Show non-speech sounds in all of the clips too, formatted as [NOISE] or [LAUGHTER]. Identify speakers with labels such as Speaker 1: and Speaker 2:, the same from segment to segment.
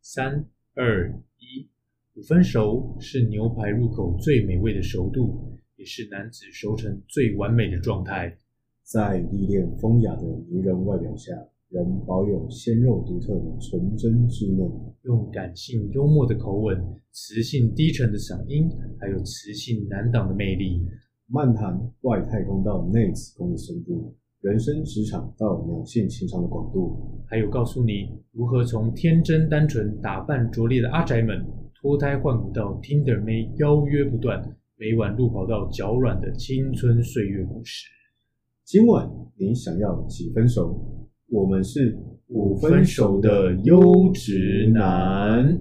Speaker 1: 三二一，五分熟是牛排入口最美味的熟度，也是男子熟成最完美的状态。
Speaker 2: 在历练风雅的迷人外表下，仍保有鲜肉独特的纯真稚嫩。
Speaker 1: 用感性幽默的口吻、磁性低沉的嗓音，还有磁性难挡的魅力，
Speaker 2: 漫谈外太空到内子宫的深度，人生职场到两性情场的广度。
Speaker 1: 还有告诉你如何从天真单纯、打扮拙劣的阿宅们，脱胎换骨到 Tinder 妹邀约不断，每晚路跑到脚软的青春岁月故事。
Speaker 2: 今晚你想要几分熟？我们是
Speaker 1: 五分熟的优质男。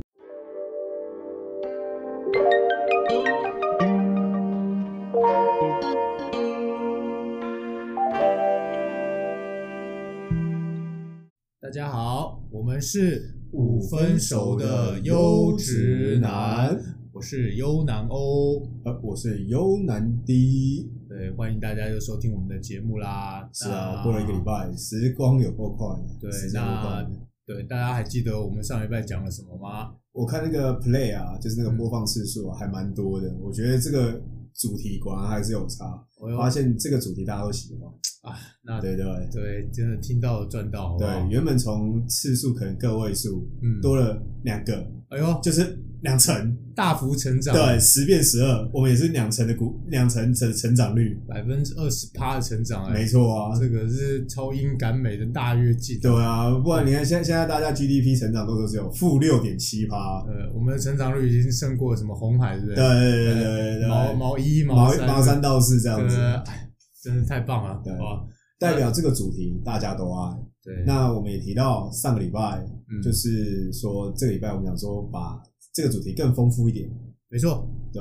Speaker 3: 大家好，我们是五分熟的优质男，我是优男欧，
Speaker 2: 呃，我是优男低。
Speaker 3: 对，欢迎大家又收听我们的节目啦。
Speaker 2: 是啊，
Speaker 3: 那
Speaker 2: 过了一个礼拜，时光有够快。
Speaker 3: 对
Speaker 2: 时间有够快
Speaker 3: 那对，大家还记得我们上礼拜讲了什么吗？
Speaker 2: 我看那个 play 啊，就是
Speaker 3: 嗯
Speaker 2: 那个播放次数、啊、还蛮多的。我觉得这个主题果然还是有差，
Speaker 3: 我有
Speaker 2: 发现这个主题大家都喜欢。
Speaker 3: 啊，那
Speaker 2: 对对对
Speaker 3: 对，真的听到了赚到，好不好
Speaker 2: 对，原本从次数可能个位数
Speaker 3: 嗯，
Speaker 2: 多了两个，
Speaker 3: 哎呦，
Speaker 2: 就是两成，
Speaker 3: 大幅成长，
Speaker 2: 对，十变十二，我们也是两成的股，两成成成长率，
Speaker 3: 百分之二十趴的成长、哎，
Speaker 2: 没错啊。
Speaker 3: 这个是超英赶美的大跃进。
Speaker 2: 对啊，不然你
Speaker 3: 嗯
Speaker 2: 看现在现在大家 GDP 成长都是只有负六点七趴，
Speaker 3: 呃，我们的成长率已经胜过什么红海，对不
Speaker 2: 对对对对对对，
Speaker 3: 毛毛一、
Speaker 2: 毛
Speaker 3: 三、
Speaker 2: 毛三到四这样子，
Speaker 3: 呃哎真是太棒了，
Speaker 2: 对
Speaker 3: 哇！
Speaker 2: 代表这个主题大家都爱。
Speaker 3: 对，
Speaker 2: 那我们也提到上个礼拜，
Speaker 3: 嗯
Speaker 2: 就是说这个礼拜我们想说把这个主题更丰富一点。
Speaker 3: 没错，
Speaker 2: 对，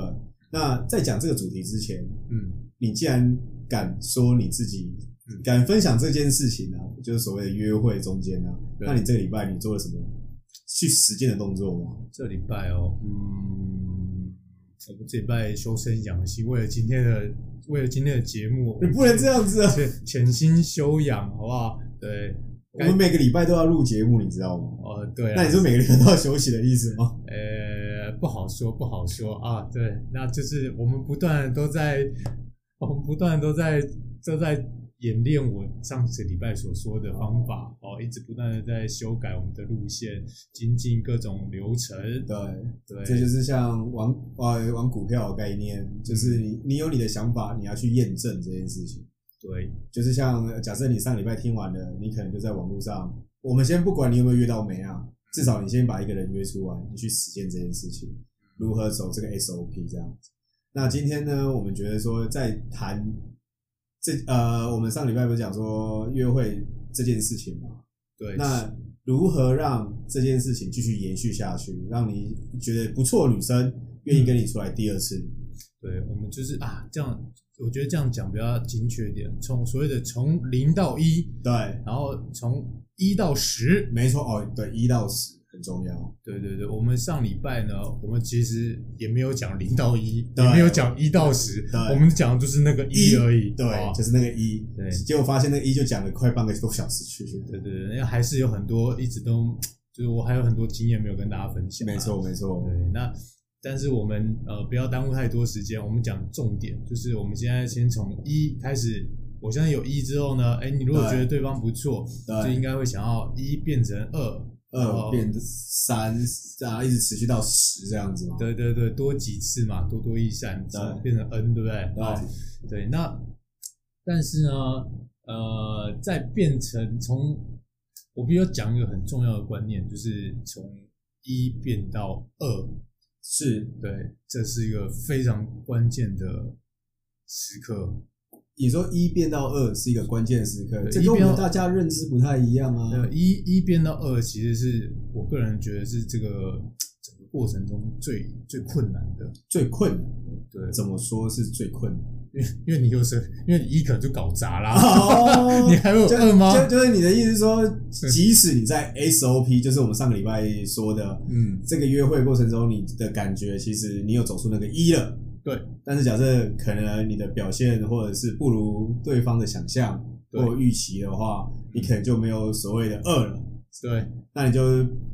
Speaker 2: 那在讲这个主题之前，
Speaker 3: 嗯，
Speaker 2: 你既然敢说你自己
Speaker 3: 嗯
Speaker 2: 敢分享这件事情啊，就是所谓的约会中间啊，
Speaker 3: 对
Speaker 2: 那你这个礼拜你做了什么去实践的动作
Speaker 3: [LAUGHS]
Speaker 2: 吗？
Speaker 3: 这礼拜哦，嗯，我们这礼拜修身养性，为了今天的为了今天的节目，
Speaker 2: 你不能这样子啊！
Speaker 3: 浅潜心修养，好不好？对，
Speaker 2: 我们每个礼拜都要录节目，你知道吗？
Speaker 3: 呃，对啊，
Speaker 2: 那你说每个礼拜都要休息的意思吗？
Speaker 3: 呃，不好说，不好说啊。对，那就是我们不断地都在，我们不断地都在都在演练我上次礼拜所说的方法哦，一直不断的在修改我们的路线，精进各种流程。
Speaker 2: 对，
Speaker 3: 对，
Speaker 2: 这就是像玩呃玩股票的概念，就是你你有你的想法，你要去验证这件事情。
Speaker 3: 对，
Speaker 2: 就是像呃假设你上礼拜听完了，你可能就在网络上，我们先不管你有没有约到没啊，至少你先把一个人约出来，你去实践这件事情，如何走这个 SOP 这样子。那今天呢，我们觉得说在谈这呃，我们上礼拜不是讲说约会这件事情嘛？
Speaker 3: 对，
Speaker 2: 那如何让这件事情继续延续下去，让你觉得不错的女生愿意跟你出来第二次？
Speaker 3: 对，我们就是啊，这样，我觉得这样讲比较精确一点。从所谓的从零到一，
Speaker 2: 对，
Speaker 3: 然后从一到十，
Speaker 2: 没错哦，对，一到十很重要。
Speaker 3: 对对对，我们上礼拜呢，我们其实也没有讲零到一，
Speaker 2: 对
Speaker 3: 也没有讲一到十我
Speaker 2: 对，
Speaker 3: 们讲的就是那个一
Speaker 2: 一
Speaker 3: 而已。哦
Speaker 2: 对，
Speaker 3: 好吧
Speaker 2: 就是那个一，
Speaker 3: 对
Speaker 2: 结果发现那个一就讲了快半个多小时去，
Speaker 3: 对对对，因为还是有很多一直都，就是我还有很多经验没有跟大家分享。啊
Speaker 2: 没。错没错，
Speaker 3: 对，那但是我们呃不要耽误太多时间，我们讲重点，就是我们现在先从一开始。我现在有一之后呢，哎，你如果
Speaker 2: 对
Speaker 3: 觉得对方不错，就哦应
Speaker 2: 对，
Speaker 3: 该会想要一变成二，
Speaker 2: 二变三，然后一直持续到十这样子嘛，
Speaker 3: 对对对，多几次嘛，多多益善，
Speaker 2: 对
Speaker 3: 变成 n，对不对？哦
Speaker 2: 对
Speaker 3: 好对，那但是呢，呃，在变成从我必须要讲一个很重要的观念，就是从一变到二，
Speaker 2: 是
Speaker 3: 对，这是一个非常关键的时刻。
Speaker 2: 你说一变到二是一个关键时刻，
Speaker 3: 对
Speaker 2: 这
Speaker 3: 一
Speaker 2: 跟我
Speaker 3: 变
Speaker 2: 们
Speaker 3: 到
Speaker 2: 大家认知不太一样啊
Speaker 3: 呃，，一一变到二，其实是我个人觉得是这个整个过程中最最困难的。
Speaker 2: 最困难
Speaker 3: 对，
Speaker 2: 怎么说是最
Speaker 3: [LAUGHS]
Speaker 2: 困难？
Speaker 3: 因为因为你有时候因为你一可能就搞砸啦。
Speaker 2: 哦
Speaker 3: [LAUGHS] 你还有
Speaker 2: 就
Speaker 3: 二吗？
Speaker 2: 就就是你的意思是说，即使你在 SOP，就是我们上个礼拜说的
Speaker 3: 嗯，
Speaker 2: 这个约会过程中，你的感觉其实你有走出那个一了，
Speaker 3: 对。
Speaker 2: 但是假设可能你的表现或者是不如对方的想象
Speaker 3: 对
Speaker 2: 或预期的话，你可能就没有所谓的二了。
Speaker 3: 对
Speaker 2: 那你就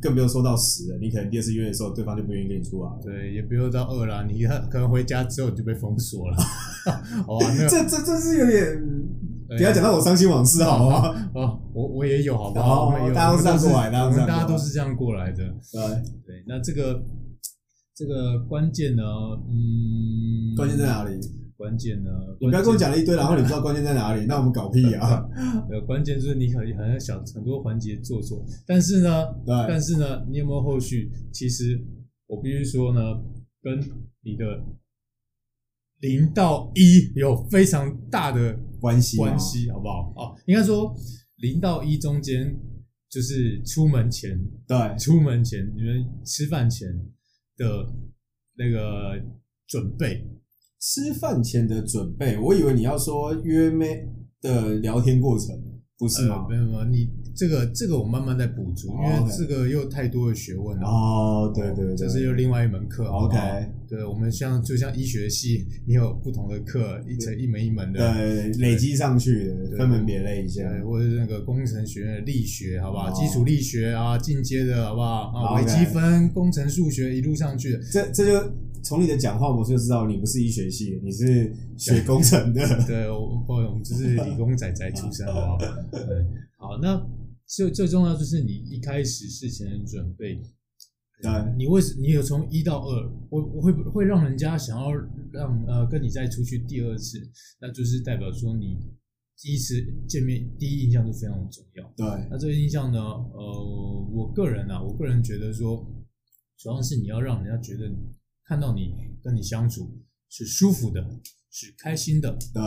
Speaker 2: 更不用说到十了，你可能第二次约的时候，对方就不愿意跟你出来啊了。
Speaker 3: 对，也不用到饿啦，你看可能回家之后你就被封锁了。哦，那个
Speaker 2: 这这这是有点，
Speaker 3: 对
Speaker 2: [LAUGHS] 不要讲到我伤心往事好吗？
Speaker 3: 哦，我我也有，好不好？
Speaker 2: 哦
Speaker 3: 我们也有
Speaker 2: 大家都是
Speaker 3: 我
Speaker 2: 这样
Speaker 3: 们
Speaker 2: 过来大家
Speaker 3: 我
Speaker 2: 都是这样
Speaker 3: 们
Speaker 2: 过来
Speaker 3: 大家都是这样过来的。
Speaker 2: 对，
Speaker 3: 对，那这个这个关键呢，嗯，
Speaker 2: 关键在哪里？
Speaker 3: 关键呢？
Speaker 2: 你不要跟
Speaker 3: 关
Speaker 2: 我
Speaker 3: 键
Speaker 2: 讲了一堆，然后你不知道关键在哪里，那我们搞屁啊！
Speaker 3: 呃，关键就是你可能好像想很多环节做错，但是呢，
Speaker 2: 对
Speaker 3: 但是呢，你有没有后续？其实我必须说呢，跟你的零到一有非常大的
Speaker 2: 关系嘛
Speaker 3: 关，系，好不好？哦，应该说零到一中间就是出门前，
Speaker 2: 对
Speaker 3: 出门前你们吃饭前的那个准备，
Speaker 2: 吃饭前的准备，我以为你要说约妹的聊天过程，不是
Speaker 3: 呃
Speaker 2: 吗？
Speaker 3: 没有没有，你这个这个我慢慢在补足，因为
Speaker 2: 哦，OK
Speaker 3: 这个又太多的学问了。
Speaker 2: 哦，对对对，
Speaker 3: 这是又另外一门课。好不
Speaker 2: OK，
Speaker 3: 好对我们像就像医学系，你有不同的课，一层一门一门的，
Speaker 2: 对，累积上去的，
Speaker 3: 对
Speaker 2: 分门别类一下。
Speaker 3: 对，或者是那个工程学院的力学，好不好？
Speaker 2: 哦
Speaker 3: 基础力学啊，进阶的好不好？啊，
Speaker 2: OK
Speaker 3: 微积分、工程数学一路上去，
Speaker 2: 这这就从你的讲话模式就知道，你不是医学系，你是学工程的。
Speaker 3: [LAUGHS] 对，我不好意思，我们就是理工仔仔出身，好不好？对，好，那最最重要就是你一开始事前的准备，
Speaker 2: 对，
Speaker 3: 你为什你有从一到二，我我会会让人家想要让呃跟你再出去第二次，那就是代表说你第一次见面第一印象就非常重要。
Speaker 2: 对，
Speaker 3: 那这个印象呢，呃，我个人啊，我个人觉得说，主要是你要让人家觉得看到你跟你相处是舒服的，是开心的，
Speaker 2: 对，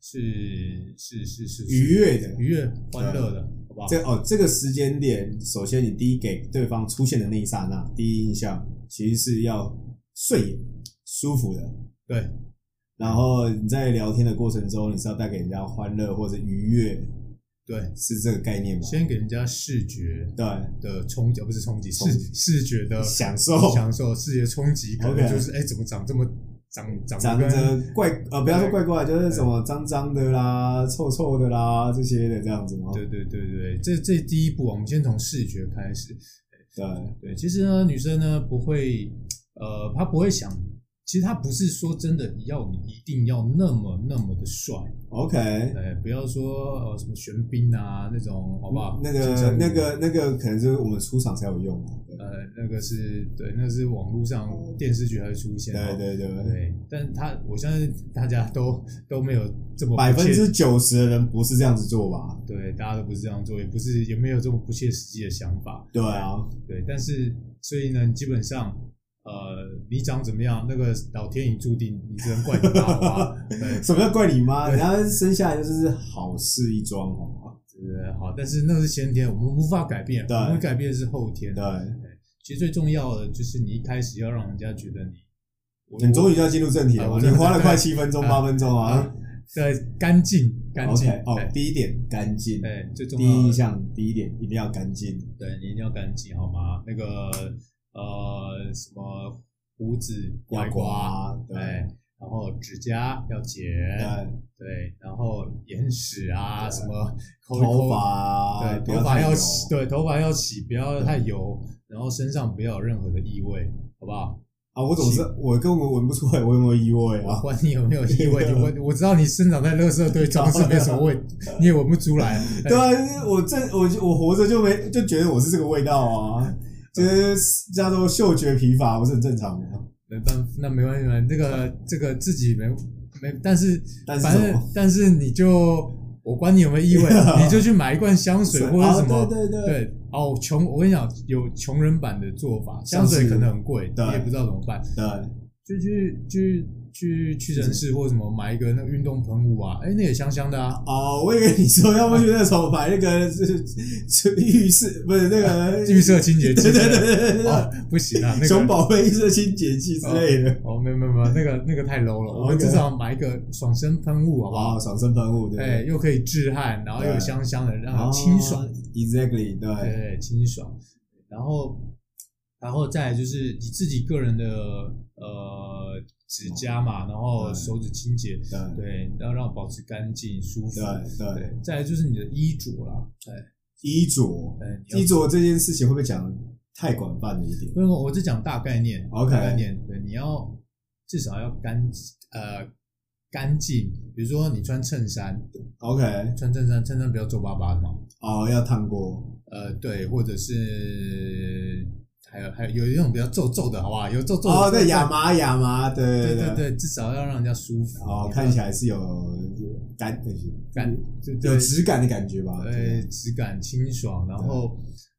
Speaker 3: 是是是是是
Speaker 2: 愉悦的啊
Speaker 3: 愉悦欢乐的，好不好？
Speaker 2: 这哦，这个时间点，首先你第一给对方出现的那一刹那，第一印象其实是要顺眼、舒服的。
Speaker 3: 对
Speaker 2: 然后你在聊天的过程中，你是要带给人家欢乐或者愉悦，
Speaker 3: 对，
Speaker 2: 是这个概念吗？
Speaker 3: 先给人家视觉
Speaker 2: 对，
Speaker 3: 的冲击，呃不是冲击，
Speaker 2: 冲
Speaker 3: 视视觉的
Speaker 2: 享受
Speaker 3: 享受视觉冲击，可
Speaker 2: OK
Speaker 3: 能就是哎、怎么长这么长长
Speaker 2: 长
Speaker 3: 得跟
Speaker 2: 着怪呃，不要说怪怪，就是什么脏脏的啦、臭臭的啦这些的这样子吗？
Speaker 3: 对对对对，这这第一步啊，我们先从视觉开始。
Speaker 2: 对，啊
Speaker 3: 对，其实呢，女生呢不会，呃，她不会想，其实她不是说真的要你一定要那么那么的帅，
Speaker 2: OK，
Speaker 3: 哎，不要说呃什么玄彬啊那种，好不好？
Speaker 2: 嗯那
Speaker 3: 金城
Speaker 2: 个
Speaker 3: 武
Speaker 2: 那个那个可能就是我们出场才有用啊。
Speaker 3: 呃，那个是对，那是网络上电视剧还会出现的。
Speaker 2: 对对对对，
Speaker 3: 呃对，但他我相信大家都都没有这么
Speaker 2: 百
Speaker 3: 不切
Speaker 2: 分之九十的人不是这样子做吧？
Speaker 3: 对，大家都不是这样做，也不是也没有这么不切实际的想法。
Speaker 2: 对啊，
Speaker 3: 对，但是所以呢，你基本上呃，你长怎么样，那个老天已注定，你只能怪你爸
Speaker 2: [LAUGHS]
Speaker 3: 妈。对对
Speaker 2: 什么叫怪你妈？人
Speaker 3: 对
Speaker 2: 家生下来就是好事一桩，哦好吗？
Speaker 3: 对，好，但是那是先天，我们无法改变，
Speaker 2: 对
Speaker 3: 我们会改变的是后天。
Speaker 2: 对，
Speaker 3: 其实最重要的就是你一开始要让人家觉得你，我
Speaker 2: 你终于就要进入正题了
Speaker 3: 啊
Speaker 2: 嘛，
Speaker 3: 我
Speaker 2: 你花了快七分钟、
Speaker 3: 啊
Speaker 2: 八分钟啊
Speaker 3: 啊。，对，干净，干净
Speaker 2: OK，，哦
Speaker 3: 哎，
Speaker 2: 第一点干净，
Speaker 3: 哎，最重
Speaker 2: 第
Speaker 3: 要的
Speaker 2: 一印象第一点一定要干净。
Speaker 3: 对，你一定要干净好吗？那个呃，什么胡子
Speaker 2: 要
Speaker 3: 刮一刮，哎
Speaker 2: 刮，
Speaker 3: 对，
Speaker 2: 对
Speaker 3: 然后指甲要剪，
Speaker 2: 对，
Speaker 3: 对，然后眼屎啊什么抠一抠
Speaker 2: 头，发，
Speaker 3: 对，
Speaker 2: 不
Speaker 3: 头发
Speaker 2: 太
Speaker 3: 啊要
Speaker 2: 油
Speaker 3: 洗，对，头发要洗，不要太油，然后身上不要有任何的异味，好不 [LAUGHS] 好？
Speaker 2: 啊！我总是我根本闻不出来我有没有异味
Speaker 3: 我
Speaker 2: 啊。
Speaker 3: 管你有没有异 [LAUGHS] 味，你闻，我知道你生长在垃圾堆中是没有什么味，你也闻不出来，
Speaker 2: 对啊，因为我这我我活着就没就觉得我是这个味道啊，就是 [LAUGHS] 叫做嗅觉疲乏，不是很正常啊吗？
Speaker 3: 没办 [LAUGHS] 法，那没关系嘛，这个这个自己没没，但是
Speaker 2: 但是
Speaker 3: 反
Speaker 2: 什么
Speaker 3: 正但是你就我管你有没有异 [LAUGHS] 味，你就去买一罐香水或者什么。
Speaker 2: 啊对对对，
Speaker 3: 对哦，穷我跟你讲，有穷人版的做法，
Speaker 2: 像
Speaker 3: 香
Speaker 2: 是
Speaker 3: 水可能很贵，
Speaker 2: 对
Speaker 3: 你也不知道怎么办，
Speaker 2: 对
Speaker 3: 就去去去屈臣氏或什么买一个那个运动喷雾啊，哎，那也香香的啊，
Speaker 2: 哦，我以为你说要不去那种买那个是是浴室，不是
Speaker 3: [LAUGHS]
Speaker 2: 那个
Speaker 3: 绿色清洁剂，
Speaker 2: 对对对对对
Speaker 3: 哦
Speaker 2: 对，
Speaker 3: 不行啊，那个
Speaker 2: 熊宝贝浴室清洁剂之类的，
Speaker 3: 哦，没有没有没有，那个那个太 low 了，我们
Speaker 2: OK
Speaker 3: 至少买一个爽身喷雾好不哦好
Speaker 2: 哇，？哦爽身喷雾，对不
Speaker 3: 哎，
Speaker 2: 对？
Speaker 3: 又可以止汗，然后又
Speaker 2: 对
Speaker 3: 有香香的，让
Speaker 2: 哦
Speaker 3: 它清爽，
Speaker 2: ，exactly，对，
Speaker 3: 对，清爽。然后，然后再来就是你自己个人的呃指甲嘛，然后
Speaker 2: 对
Speaker 3: 手指清洁，
Speaker 2: 对
Speaker 3: 对，要让保持干净舒服。
Speaker 2: 对对。
Speaker 3: 对，再来就是你的衣着啦，对，
Speaker 2: 衣着，
Speaker 3: 嗯，你要
Speaker 2: 衣着这件事情会不会讲太广泛了一点？
Speaker 3: 不是，我只讲大概念
Speaker 2: OK
Speaker 3: 大概念，对，哎你要至少要干呃干净，比如说你穿衬衫，
Speaker 2: OK，
Speaker 3: 穿衬衫，衬衫不要皱巴巴的嘛，
Speaker 2: 哦，要烫过，
Speaker 3: 呃，对，或者是还有还有有一种比较皱皱的，好不好？有皱皱的
Speaker 2: 哦，对，亚，麻亚麻，对
Speaker 3: 对
Speaker 2: 对
Speaker 3: 对对，至少要让人家舒服，
Speaker 2: 哦，
Speaker 3: 你
Speaker 2: 看起
Speaker 3: 要
Speaker 2: 来是有感
Speaker 3: 感，对
Speaker 2: 有
Speaker 3: 对，
Speaker 2: 质感的感觉吧？
Speaker 3: 呃，质感清爽，然后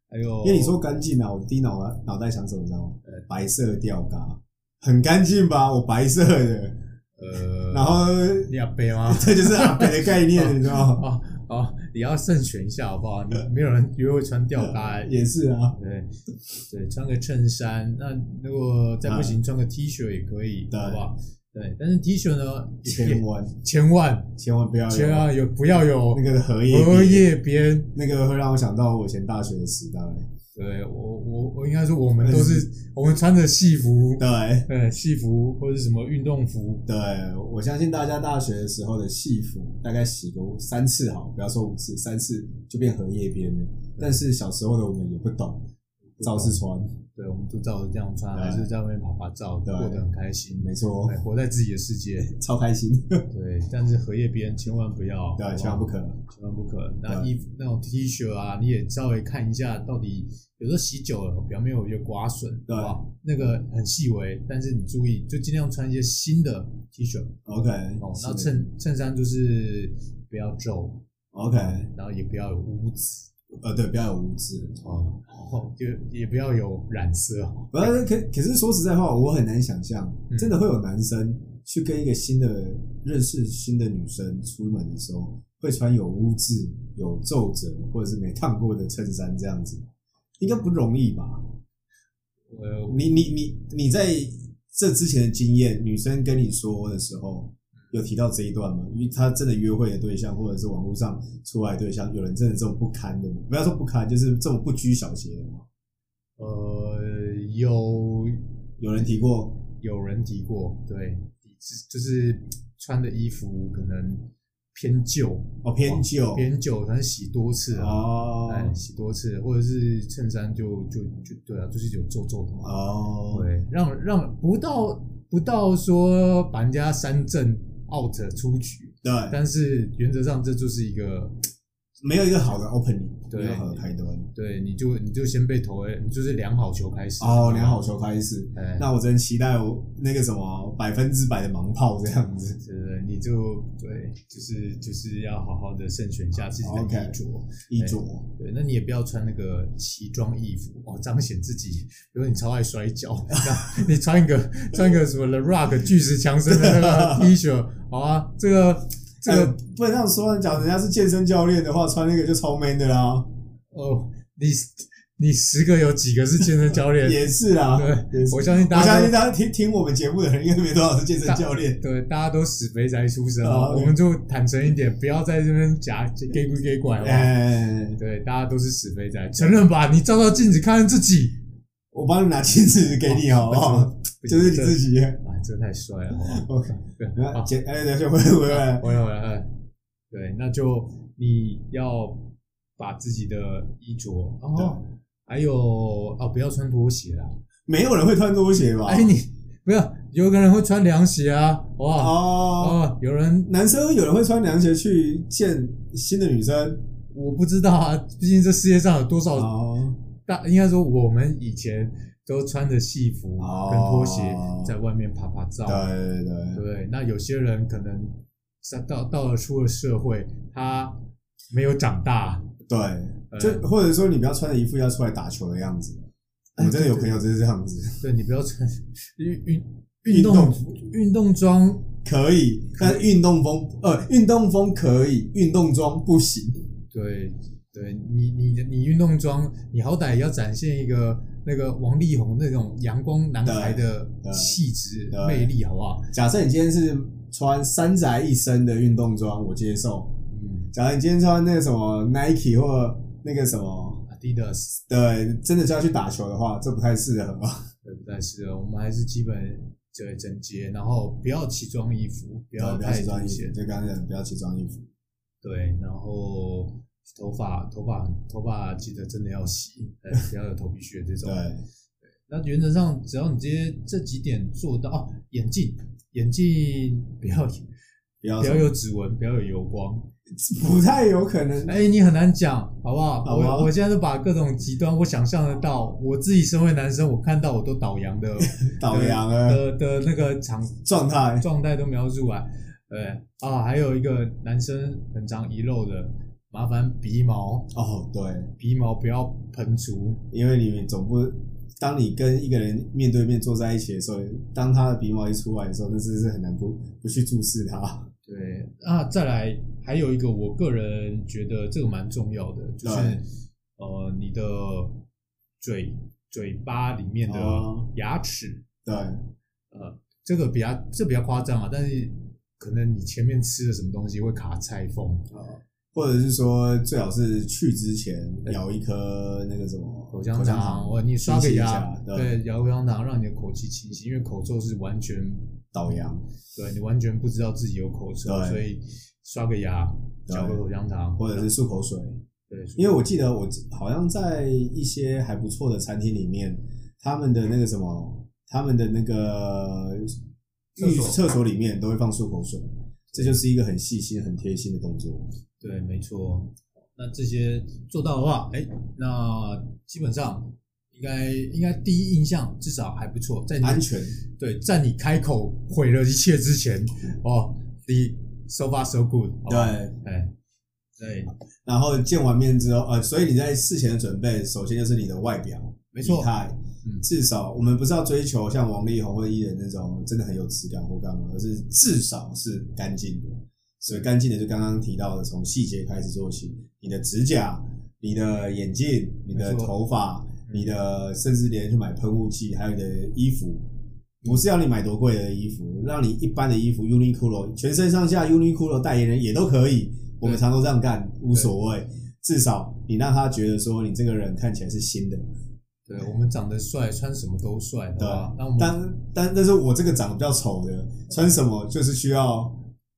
Speaker 3: 还有，
Speaker 2: 因为你说干净啊，我第一脑脑袋想什么，你知道吗
Speaker 3: 呃？
Speaker 2: 白色吊嘎，很干净吧？我白色的，
Speaker 3: 呃，
Speaker 2: 然后 [LAUGHS]
Speaker 3: 你要背吗？
Speaker 2: 这就是阿北的
Speaker 3: [LAUGHS]
Speaker 2: 概念，你知道吗？
Speaker 3: 哦哦，你要慎选一下好不好？你没有人约会穿吊
Speaker 2: [LAUGHS]
Speaker 3: 带，
Speaker 2: 也是啊，
Speaker 3: 对对，穿个衬衫。那如果再不行，穿个 T 恤也可以，
Speaker 2: 啊对
Speaker 3: 好不好？对，但是 T 恤呢，
Speaker 2: 千
Speaker 3: 也 [LAUGHS]
Speaker 2: 万
Speaker 3: 千万
Speaker 2: 千万不要有
Speaker 3: 千万有不要有
Speaker 2: 那个荷叶
Speaker 3: 荷
Speaker 2: 边，
Speaker 3: 叶边。
Speaker 2: 那个会让我想到我以前大学的时代。
Speaker 3: 对我我我应该说，我们都是我们穿着戏服，
Speaker 2: 对
Speaker 3: 呃，戏服或者是什么运动服，
Speaker 2: 对，我相信大家大学的时候的戏服大概洗个三次好，不要说五次，三次就变荷叶边了。
Speaker 3: 嗯
Speaker 2: 但是小时候的我们也不懂，照着穿，
Speaker 3: 对，我们都照着这样穿，
Speaker 2: 对
Speaker 3: 还是在外面拍拍照，
Speaker 2: 对哦
Speaker 3: 过得很开心，
Speaker 2: 没错
Speaker 3: 哎，活在自己的世界。
Speaker 2: 超开心。
Speaker 3: 对，但是荷叶边千万不要，好
Speaker 2: 对，
Speaker 3: 好
Speaker 2: 千万不可。
Speaker 3: 千万不可。那
Speaker 2: 对
Speaker 3: 衣服那种 T 恤啊，你也稍微看一下，到底有时候洗久了表面有一些刮损，
Speaker 2: 对
Speaker 3: 吧？那个很细微，但是你注意，就尽量穿一些新的 T 恤
Speaker 2: OK，
Speaker 3: 哦。
Speaker 2: 是
Speaker 3: 那衬衬衫就是不要皱，
Speaker 2: OK，
Speaker 3: 然后也不要有污渍
Speaker 2: 呃，对，不要有污渍。
Speaker 3: 哦，然后就也不要有染色。
Speaker 2: 不要，可可是说实在话，我很难想象，
Speaker 3: 嗯
Speaker 2: 真的会有男生去跟一个新的认识新的女生出门的时候，会穿有污渍、有皱褶或者是没烫过的衬衫这样子，应该不容易吧？
Speaker 3: 呃，
Speaker 2: 你你你你在这之前的经验，女生跟你说的时候。有提到这一段吗？因为她真的约会的对象，或者是网络上出来的对象，有人真的这么不堪的吗，不要说不堪，就是这么不拘小节的吗？
Speaker 3: 呃，有
Speaker 2: 有人提过
Speaker 3: 有人提过，对，就是就是穿的衣服可能偏旧，
Speaker 2: 哦，偏旧
Speaker 3: 偏旧，可能洗多次啊。
Speaker 2: 哦
Speaker 3: 哎，洗多次，或者是衬衫就就就对啊，就是有皱皱的嘛。
Speaker 2: 哦，
Speaker 3: 对，让让不到不到说把人家三振 out 出局，
Speaker 2: 对，
Speaker 3: 但是原则上这就是一个，
Speaker 2: 没有一个好的 opening，
Speaker 3: 对
Speaker 2: 没有好的开端。
Speaker 3: 对，你就你就先被投 A，你就是两好球开始。
Speaker 2: 哦，良好。球开始，
Speaker 3: 哎，
Speaker 2: 那我真期待我那个什么百分之百的盲炮这样子。
Speaker 3: 是你就对，就是就是要好好的慎选一下自己的衣
Speaker 2: OK
Speaker 3: 着。
Speaker 2: 衣着，
Speaker 3: 对，那你也不要穿那个奇装异服哦，彰显自己。比如你超爱摔跤， [LAUGHS] 那你穿一个穿一个什么 The Rock 巨石强森的那
Speaker 2: [LAUGHS]
Speaker 3: 个 T 恤，好啊，这个这
Speaker 2: 哎
Speaker 3: 个
Speaker 2: 不能这样说，讲人家是健身教练的话，穿那个就超 man 的啦，
Speaker 3: 哦，你你十个有几个是健身教练？
Speaker 2: 也是啦，
Speaker 3: [LAUGHS] 对
Speaker 2: 也是
Speaker 3: 我相信
Speaker 2: 我
Speaker 3: 大
Speaker 2: 相
Speaker 3: 家
Speaker 2: 信
Speaker 3: 都
Speaker 2: 大家听听我们节目的人，应该没多少是健身教练。
Speaker 3: 对，大家都死肥宅出身
Speaker 2: 啊
Speaker 3: 哦，我们就坦诚一点，不要在这边假给鬼给拐了。
Speaker 2: 哎，
Speaker 3: 对，大家都是死肥宅，承认吧，你照照镜子看看自己，哦
Speaker 2: 我帮你拿镜子给你好不好？
Speaker 3: 不行
Speaker 2: [LAUGHS] 就是你自己。
Speaker 3: 这啊，这太帅了，好吧？
Speaker 2: [LAUGHS] OK，
Speaker 3: 对
Speaker 2: 然后
Speaker 3: 好
Speaker 2: 简哎，等一下回来回来，
Speaker 3: 回来回来，对，那就你要把自己的衣着，然后还有啊，不要穿拖鞋啦。
Speaker 2: 没有人会穿拖鞋吧？
Speaker 3: 哎，你不要，有个人会穿凉鞋啊，哇
Speaker 2: 哦，
Speaker 3: 哦，有人
Speaker 2: 男生有人会穿凉鞋去见新的女生
Speaker 3: 我不知道啊，毕竟这世界上有多少
Speaker 2: 哦，
Speaker 3: 大，应该说我们以前都穿着戏服
Speaker 2: 哦
Speaker 3: 跟拖鞋在外面拍拍照啊
Speaker 2: 对，对对对，
Speaker 3: 对，那有些人可能上到到了出了社会，他没有长大，
Speaker 2: 对，
Speaker 3: 呃
Speaker 2: 就或者说你不要穿着一副要出来打球的样子。
Speaker 3: 哎
Speaker 2: 我真的有
Speaker 3: 对对
Speaker 2: 朋友就是这样子，
Speaker 3: 对你不要穿运运
Speaker 2: 运
Speaker 3: 运
Speaker 2: 动
Speaker 3: 动运动装，
Speaker 2: 可以，但运动风呃，运动风可以，运动装不行。
Speaker 3: 对对，你你你运动装，你好歹也要展现一个那个王力宏那种阳光男孩的
Speaker 2: 对
Speaker 3: 气质
Speaker 2: 对
Speaker 3: 魅力，好不好？
Speaker 2: 假设你今天是穿三宅一生的运动装，我接受。
Speaker 3: 嗯
Speaker 2: 假如你今天穿那个什么 Nike 或那个什么，
Speaker 3: ，Adidas
Speaker 2: 对，真的就要去打球的话，这不太适合吧？
Speaker 3: 对不太适合，我们还是基本整整洁，然后不要奇装异服，不
Speaker 2: 对，
Speaker 3: 要
Speaker 2: 不要
Speaker 3: 太
Speaker 2: 奇装
Speaker 3: 明
Speaker 2: 异服，
Speaker 3: 显，
Speaker 2: 就刚刚讲的不要奇装异服。
Speaker 3: 对，然后头发头发头发记得真的要洗，呃不要有头皮屑这种。
Speaker 2: 对，
Speaker 3: 那原则上，只要你这些这几点做到，哦，眼镜，眼镜不要
Speaker 2: 不要
Speaker 3: 不要有指纹，不要有油光。
Speaker 2: 不太有可能。
Speaker 3: 哎，你很难讲，好不好？
Speaker 2: 好啊
Speaker 3: 我我现在都把各种极端我想象得到，我自己身为男生，我看到我都倒洋
Speaker 2: [LAUGHS]
Speaker 3: 的
Speaker 2: 倒洋啊，
Speaker 3: 的的那个场
Speaker 2: 状态
Speaker 3: 状态都描述来。对啊，还有一个男生很常遗漏的，麻烦鼻毛，
Speaker 2: 哦，对，
Speaker 3: 鼻毛不要喷出。
Speaker 2: 因为你总不，当你跟一个人面对面坐在一起的时候，当他的鼻毛一出来的时候，那真是很难不不去注视他。
Speaker 3: 对，那再来还有一个，我个人觉得这个蛮重要的，就是
Speaker 2: 对
Speaker 3: 呃，你的嘴嘴巴里面的
Speaker 2: 哦
Speaker 3: 牙齿，
Speaker 2: [LAUGHS] 对，
Speaker 3: 呃，这个比较这比较夸张啊，但是可能你前面吃了什么东西会卡菜风，
Speaker 2: 哦或者是说最好是去之前咬一颗那个什么
Speaker 3: 口香糖，或者你刷个
Speaker 2: 清洗一
Speaker 3: 牙
Speaker 2: 下，对，
Speaker 3: 对，咬口香糖让你的口气清晰，因为口臭是完全
Speaker 2: 倒洋
Speaker 3: 对你完全不知道自己有口臭，
Speaker 2: 对
Speaker 3: 所以刷个牙，
Speaker 2: 对
Speaker 3: 嚼个口香糖，
Speaker 2: 或者是漱口水，
Speaker 3: 对，
Speaker 2: 因为我记得我好像在一些还不错的餐厅里面，他们的那个什么，他们的那个
Speaker 3: 厕
Speaker 2: 浴
Speaker 3: 所
Speaker 2: 厕所里面都会放漱口水，这就是一个很细心、很贴心的动作。
Speaker 3: 对，没错。那这些做到的话，哎，那基本上应该应该第一印象至少还不错，在你
Speaker 2: 安全，
Speaker 3: 对，在你开口毁了一切之
Speaker 2: [LAUGHS]
Speaker 3: 前，哦，你 so far so good，好吧，
Speaker 2: 对。啊
Speaker 3: 哎，对，
Speaker 2: 然后见完面之后，呃，所以你在事前的准备，首先就是你的外表，
Speaker 3: 没错
Speaker 2: 仪态。
Speaker 3: 嗯
Speaker 2: 至少我们不是要追求像王力宏或艺人那种真的很有质感或干嘛，而是至少是干净的。所以干净的就刚刚提到的，从细节开始做起，你的指甲、你的眼镜、你的
Speaker 3: 没错
Speaker 2: 头发、你的甚至连去买喷雾器，还有你的衣服。
Speaker 3: 嗯
Speaker 2: 不是要你买多贵的衣服，让你一般的衣服，Uniqlo 全身上下 Uniqlo 代言人也都可以，我们常都这样干，无所谓。至少你让他觉得说你这个人看起来是新的，
Speaker 3: 嗯对我们长得帅，穿什么都帅，好
Speaker 2: 对
Speaker 3: 吧
Speaker 2: 吧？？
Speaker 3: 那我们
Speaker 2: 但但但是我这个长得比较丑的，穿什么就是需要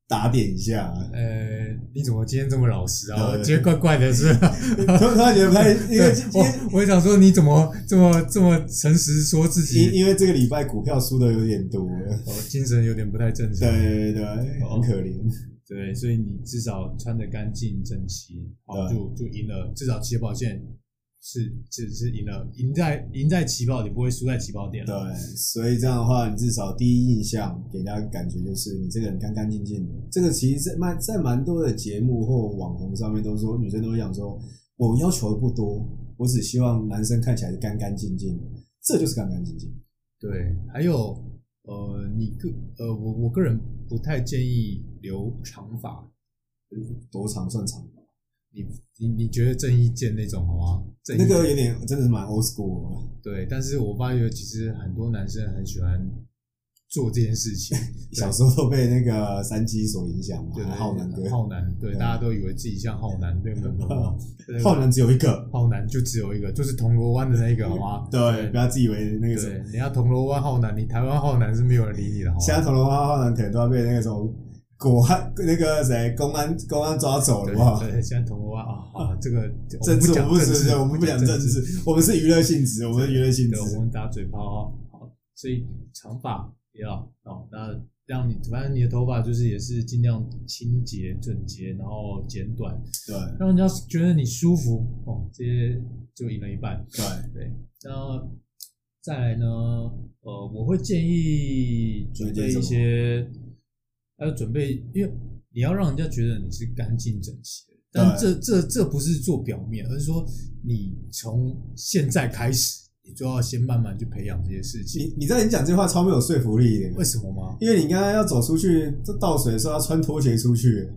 Speaker 2: 打点一下， [LAUGHS]
Speaker 3: 呃，你怎么今天这么老实啊？我
Speaker 2: 对
Speaker 3: 今天怪怪的是吧，
Speaker 2: 突突然觉得不太，因
Speaker 3: [LAUGHS]
Speaker 2: 为
Speaker 3: 对
Speaker 2: 今因为
Speaker 3: 我我也想说你怎么这么这么诚实说自
Speaker 2: 因
Speaker 3: 己，
Speaker 2: 因为这个礼拜股票输的有点多了，
Speaker 3: 哦，精神有点不太正常。
Speaker 2: 对对对，很可怜，
Speaker 3: 对，所以你至少穿得干净整齐，好
Speaker 2: 对
Speaker 3: 就就赢了，至少起跑线是只是赢了，赢在赢在起跑点，不会输在起跑点啊了。
Speaker 2: 对，所以这样的话，你至少第一印象给人家感觉就是你这个人干干净净的。这个其实在蛮在蛮多的节目或网红上面都说，女生都会讲说，我要求的不多，我只希望男生看起来是干干净净的，这就是干干净净。
Speaker 3: 对，还有呃，你个呃，我我个人不太建议留长发，
Speaker 2: 多长算长？
Speaker 3: 你你你觉得郑伊健那种好吗？郑伊
Speaker 2: 那个有点真的是蛮 old school 的。
Speaker 3: 对，但是我发觉其实很多男生很喜欢做这件事
Speaker 2: [LAUGHS]
Speaker 3: 情，
Speaker 2: 小时候都被那个三鸡所影响嘛
Speaker 3: 对，
Speaker 2: 浩南哥，
Speaker 3: 浩南，对，
Speaker 2: 对
Speaker 3: 大家都以为自己像浩
Speaker 2: [LAUGHS]
Speaker 3: 南，对不对？对
Speaker 2: 浩南只有一个，
Speaker 3: 浩南就只有一个，就是铜锣湾的那一个，好吗？
Speaker 2: 对，不要自以为那个什么
Speaker 3: 嗯对，你要铜锣湾浩南，你台湾浩南是没有人理你的，好
Speaker 2: 现
Speaker 3: 吗？
Speaker 2: 在铜锣湾浩南可能都要被那个什么国安那个谁公安公安抓走了哇！
Speaker 3: 对，对，现在铜锣湾啊，好这个我
Speaker 2: 政
Speaker 3: 们
Speaker 2: 治
Speaker 3: 不
Speaker 2: 我
Speaker 3: 讲
Speaker 2: 们不
Speaker 3: 政
Speaker 2: 是，
Speaker 3: 治，
Speaker 2: 我们不讲政
Speaker 3: 政
Speaker 2: 治，，我们是娱乐性质，我们是娱乐性质
Speaker 3: 对，。我们打嘴炮哦。好，所以长发也要哦，那让你反正你的头发就是也是尽量清洁整洁，然后剪短，
Speaker 2: 对
Speaker 3: 让人家觉得你舒服哦，这些就赢了一半。
Speaker 2: 对，
Speaker 3: 对，那再来呢？呃，我会建议准备一
Speaker 2: 准备
Speaker 3: 些，还有准备，因为你要让人家觉得你是干净整齐的。但这这这不是做表面，而是说你从现在开始，你就要先慢慢去培养这些事情。
Speaker 2: 你你在你讲这话超没有说服力的
Speaker 3: 为，什么吗？
Speaker 2: 因为你刚刚要走出去倒水的时候要穿拖鞋出去，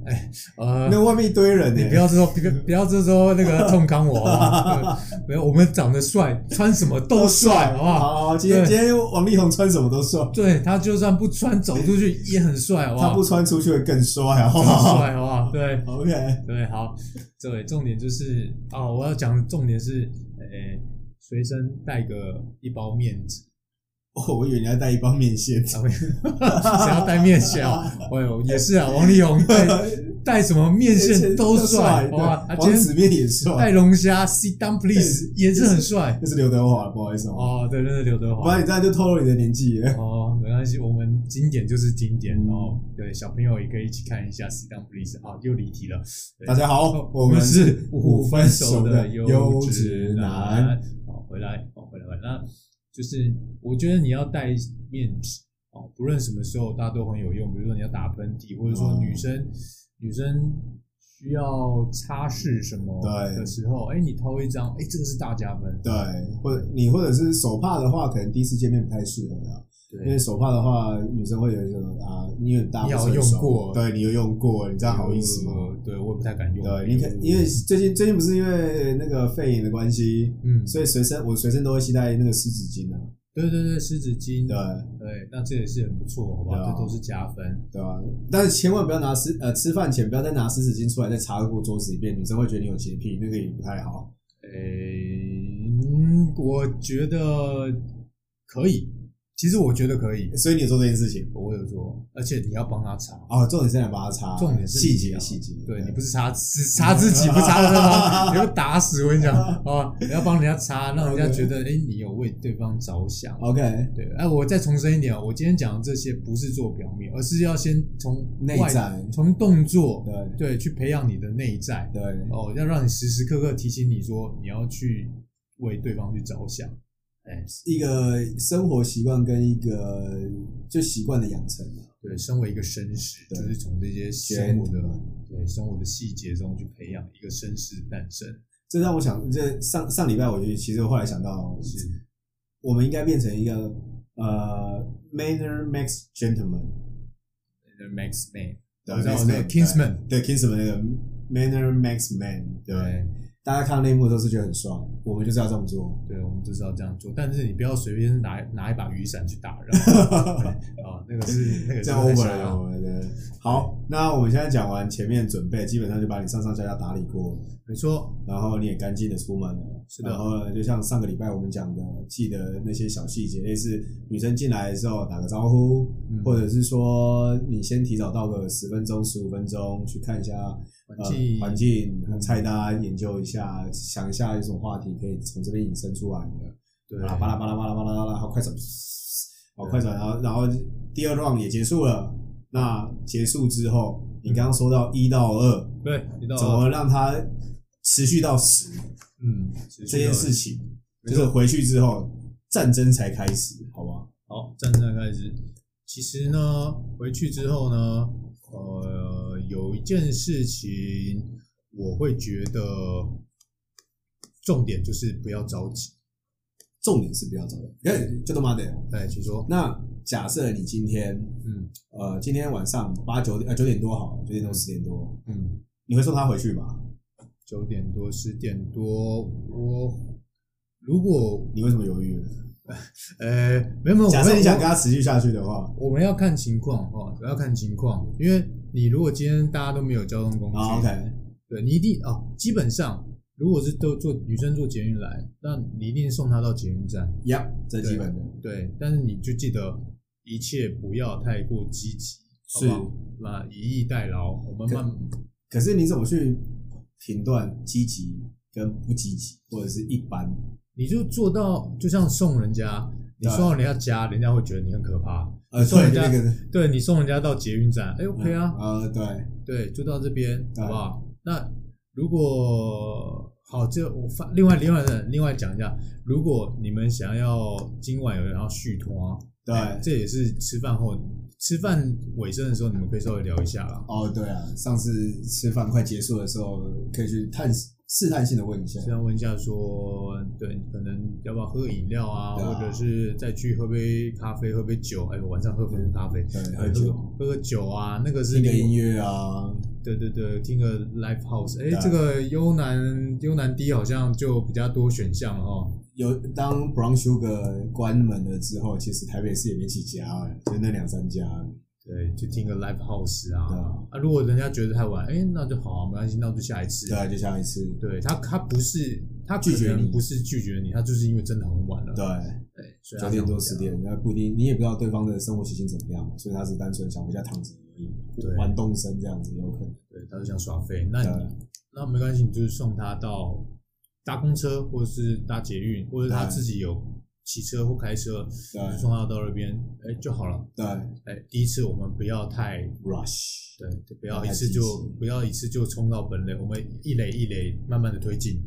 Speaker 3: 呃，
Speaker 2: 那外面一堆人呢
Speaker 3: 你不。要说不要不要这时候那 [LAUGHS] 个痛康我啊！对没有，我们长得帅，穿什么都帅，好不好？
Speaker 2: 好，今天
Speaker 3: 对
Speaker 2: 今天王力宏穿什么都帅，
Speaker 3: 对他就算不穿走出去也很帅，好不好？
Speaker 2: 他不穿出去会更帅，好
Speaker 3: 很
Speaker 2: 不好 [LAUGHS]
Speaker 3: 帅，好不好？对
Speaker 2: ？OK，
Speaker 3: 对，好，对，重点就是哦，我要讲的重点是，诶、随身带个一包面纸， [LAUGHS]
Speaker 2: 哦，我以为你要带一包面线，
Speaker 3: 啊我想要带面线啊？哎呦，也是啊，王力宏带带什么面线都帅
Speaker 2: 对
Speaker 3: 哇！他啊今
Speaker 2: 王子
Speaker 3: 天
Speaker 2: 面也
Speaker 3: 带
Speaker 2: 帅，
Speaker 3: 龙虾，sit down please，也是很帅
Speaker 2: 那是刘德华，不好意思哦，
Speaker 3: 哦。对，那是刘德
Speaker 2: 不
Speaker 3: 华
Speaker 2: 然你。这样就透露你的年纪了。
Speaker 3: 哦，没关系，我们经典就是经典哦。对，小朋友也可以一起看一下《Sit Down Please》啊，又离题了。对
Speaker 2: 大家 [LAUGHS] 好，哦我们
Speaker 3: 是五分熟的优
Speaker 2: 优
Speaker 3: 质
Speaker 2: 质
Speaker 3: 男
Speaker 2: 男。
Speaker 3: 哦，回来哦，回来，回来。那就是我觉得你要带面纸哦，不论什么时候，大家都很有用。比如说你要打喷嚏，或者说
Speaker 2: 哦
Speaker 3: 女生、女生需要擦拭什么
Speaker 2: 对
Speaker 3: 的时候，哎，你偷一张，哎，这个是大加分。
Speaker 2: 对，或者你或者是手帕的话，可能第一次见面不太适合啊，因为
Speaker 3: 对，
Speaker 2: 手帕的话，女生会有一种啊，你有大家不是
Speaker 3: 你有
Speaker 2: 很熟
Speaker 3: 用过
Speaker 2: 对你有用过，你这样好意思吗？
Speaker 3: 呃？对，我也不太敢用。
Speaker 2: 对，你可因为最近最近不是因为那个肺炎的关系，
Speaker 3: 嗯，
Speaker 2: 所以随身我随身都会携带那个湿纸巾啊，
Speaker 3: 对对对，湿纸巾，
Speaker 2: 对
Speaker 3: 对，那这也是很不错，好不
Speaker 2: 对
Speaker 3: 好？
Speaker 2: 啊
Speaker 3: 这都是加分。
Speaker 2: 对吧、但是千万不要拿湿呃吃饭前不要再拿湿纸巾出来再擦过桌子一遍，女生会觉得你有洁癖，那个也不太好。
Speaker 3: 诶，嗯我觉得可以，其实我觉得可以，
Speaker 2: 所以你有做这件事情
Speaker 3: 我有做，而且你要帮他擦，
Speaker 2: 哦，重点是来把它擦，
Speaker 3: 重点是
Speaker 2: 细
Speaker 3: 你
Speaker 2: 节
Speaker 3: 啊
Speaker 2: 细节，
Speaker 3: 对你不是擦是擦自己，不擦他，你会打死我跟你讲啊！你要帮人家擦，让人家觉得诶，你有为对方着想。
Speaker 2: OK
Speaker 3: 对，哎，我再重申一点哦，我今天讲的这些不是做表面，而是要先从
Speaker 2: 内
Speaker 3: 外
Speaker 2: 在，
Speaker 3: 从动作
Speaker 2: 对
Speaker 3: 对去培养你的内在。
Speaker 2: 对
Speaker 3: 哦，要让你时时刻刻提醒你说你要去为对方去着想。哎，
Speaker 2: 一个生活习惯跟一个就习惯的养成啊，
Speaker 3: 对，身为一个绅士，
Speaker 2: 对
Speaker 3: 就是从这些生活的
Speaker 2: Gentleman
Speaker 3: 对生活的细节中去培养一个绅士诞生。
Speaker 2: 这让我想，这上上礼拜我就其实我后来想到，
Speaker 3: 是
Speaker 2: 我们应该变成一个呃 manner makes gentleman，
Speaker 3: The 呃 Max Man，
Speaker 2: 对
Speaker 3: 我知道
Speaker 2: Max
Speaker 3: 我知道
Speaker 2: Man，
Speaker 3: Kingsman
Speaker 2: 对 Kingsman 那个 manner makes man，对，
Speaker 3: 哎
Speaker 2: 大家看到那一幕的时候是觉得很帅，我们就是要这么做。
Speaker 3: 对，我们就是要这样做，但是你不要随便拿拿一把雨伞去打人 [LAUGHS]
Speaker 2: [LAUGHS]
Speaker 3: 对啊，那个是那个
Speaker 2: 这
Speaker 3: 真
Speaker 2: 样
Speaker 3: 的太
Speaker 2: over
Speaker 3: 傻
Speaker 2: 了，
Speaker 3: 了。
Speaker 2: 我们的好。那我们现在讲完前面准备，基本上就把你上上下下打理过，
Speaker 3: 没错，
Speaker 2: 然后你也干净的出门了。
Speaker 3: 是的
Speaker 2: 然后呢，就像上个礼拜我们讲的，记得那些小细节，类似女生进来的时候打个招呼，
Speaker 3: 嗯
Speaker 2: 或者是说你先提早到个十分钟、十五分钟去看一下
Speaker 3: 环境
Speaker 2: 呃、环境
Speaker 3: 嗯
Speaker 2: 菜单，研究一下，想一下有什么话题可以从这边引申出来的。
Speaker 3: 对，
Speaker 2: 啊，巴拉巴拉巴拉巴拉巴拉，好快转，好快转，然后然后第二 round 也结束了。那结束之后，你刚刚说到一到二，
Speaker 3: 对，你嗯到
Speaker 2: 怎么让它持续到十
Speaker 3: 嗯
Speaker 2: 这件事情，
Speaker 3: 没
Speaker 2: 就
Speaker 3: 错
Speaker 2: 是回去之后战争才开始，好不好？
Speaker 3: 好，战争开始。其实呢，回去之后呢，呃，有一件事情我会觉得重点就是不要着急。
Speaker 2: 重点是不要找人，哎，就他妈的。
Speaker 3: 哎，请说。
Speaker 2: 那假设你今天
Speaker 3: 嗯
Speaker 2: 呃今天晚上八九点呃九点多好了，九点多十点多，
Speaker 3: 嗯，
Speaker 2: 你会送他回去吧？
Speaker 3: 九点多、十点多，我如果
Speaker 2: 你为什么犹豫？
Speaker 3: 呃，没有没有，
Speaker 2: 假
Speaker 3: 我
Speaker 2: 设
Speaker 3: 会
Speaker 2: 你想跟他持续下去的话，
Speaker 3: 我们要看情况哈，要看情况，因为你如果今天大家都没有交通工具
Speaker 2: 啊，OK，
Speaker 3: 对你一定啊、哦，基本上如果是都坐女生坐捷运来，那你一定送她到捷运站。
Speaker 2: 呀，这基本的。
Speaker 3: 对，但是你就记得一切不要太过积极，好
Speaker 2: 是
Speaker 3: 不好那以逸待劳，我们慢
Speaker 2: 可是你怎么去评断积极跟不积极，或者是一般？
Speaker 3: 你就做到，就像送人家，你
Speaker 2: 对
Speaker 3: 送到人家家，人家会觉得你很可怕。
Speaker 2: 呃，
Speaker 3: 送
Speaker 2: 对
Speaker 3: 人家
Speaker 2: 那个
Speaker 3: 对你送人家到捷运站，哎，OK 啊，
Speaker 2: 呃，对，
Speaker 3: 对，就到这边，
Speaker 2: 对
Speaker 3: 好不好？那如果好，这我发另外另外的另外讲一下，如果你们想要今晚有人要续托啊，
Speaker 2: 对
Speaker 3: 哎这也是吃饭后吃饭尾声的时候，你们可以稍微聊一下啦。
Speaker 2: 哦，对啊，上次吃饭快结束的时候，可以去探试探性的问一下
Speaker 3: 这，样问一下说，对，可能要不要喝个饮料啊，
Speaker 2: 对啊
Speaker 3: 或者是再去喝杯咖啡、喝杯酒？哎，晚上喝杯咖啡，
Speaker 2: 对，
Speaker 3: 哎
Speaker 2: 喝
Speaker 3: 喝个
Speaker 2: 酒，
Speaker 3: 喝个酒啊，那个是
Speaker 2: 听个
Speaker 3: 另
Speaker 2: 音乐啊，
Speaker 3: 对对对，听个 live house，哎
Speaker 2: 对，啊
Speaker 3: 这个优南优南 D 好像就比较多选项了哦。
Speaker 2: 有当 Brown Sugar 关门了之后，其实台北市也没几家了，就那两三家了，
Speaker 3: 对，就听个 live house
Speaker 2: 对
Speaker 3: 啊。
Speaker 2: 啊，
Speaker 3: 啊，如果人家觉得太晚，哎，那就好啊，没关系，那就下一次。
Speaker 2: 对啊，就下一次，
Speaker 3: 对，他他不是他可
Speaker 2: 拒绝
Speaker 3: 能
Speaker 2: 你
Speaker 3: 不是拒绝你，他就是因为真的很晚了。
Speaker 2: 对，
Speaker 3: 所以
Speaker 2: 九
Speaker 3: 他
Speaker 2: 点
Speaker 3: 想
Speaker 2: 多十
Speaker 3: 回家
Speaker 2: 点，那不一定，你也不知道对方的生活习性怎么样嘛，所以他是单纯想回家躺着而已
Speaker 3: 对，
Speaker 2: 玩动身这样子有可能。
Speaker 3: 对，他就想耍废。那
Speaker 2: 当然
Speaker 3: 你那没关系，你就是送他到搭公车，或者是搭捷运，或者他
Speaker 2: 对
Speaker 3: 自己有骑车或开车，
Speaker 2: 对啊
Speaker 3: 你就送他到那边，哎就好了。
Speaker 2: 对啊
Speaker 3: 哎，第一次我们不要太
Speaker 2: ，rush，
Speaker 3: 对，就不要一
Speaker 2: 嗯太
Speaker 3: 次
Speaker 2: 积
Speaker 3: 就
Speaker 2: 极
Speaker 3: 不要一次就冲到本垒，我们一垒一垒慢慢的推进。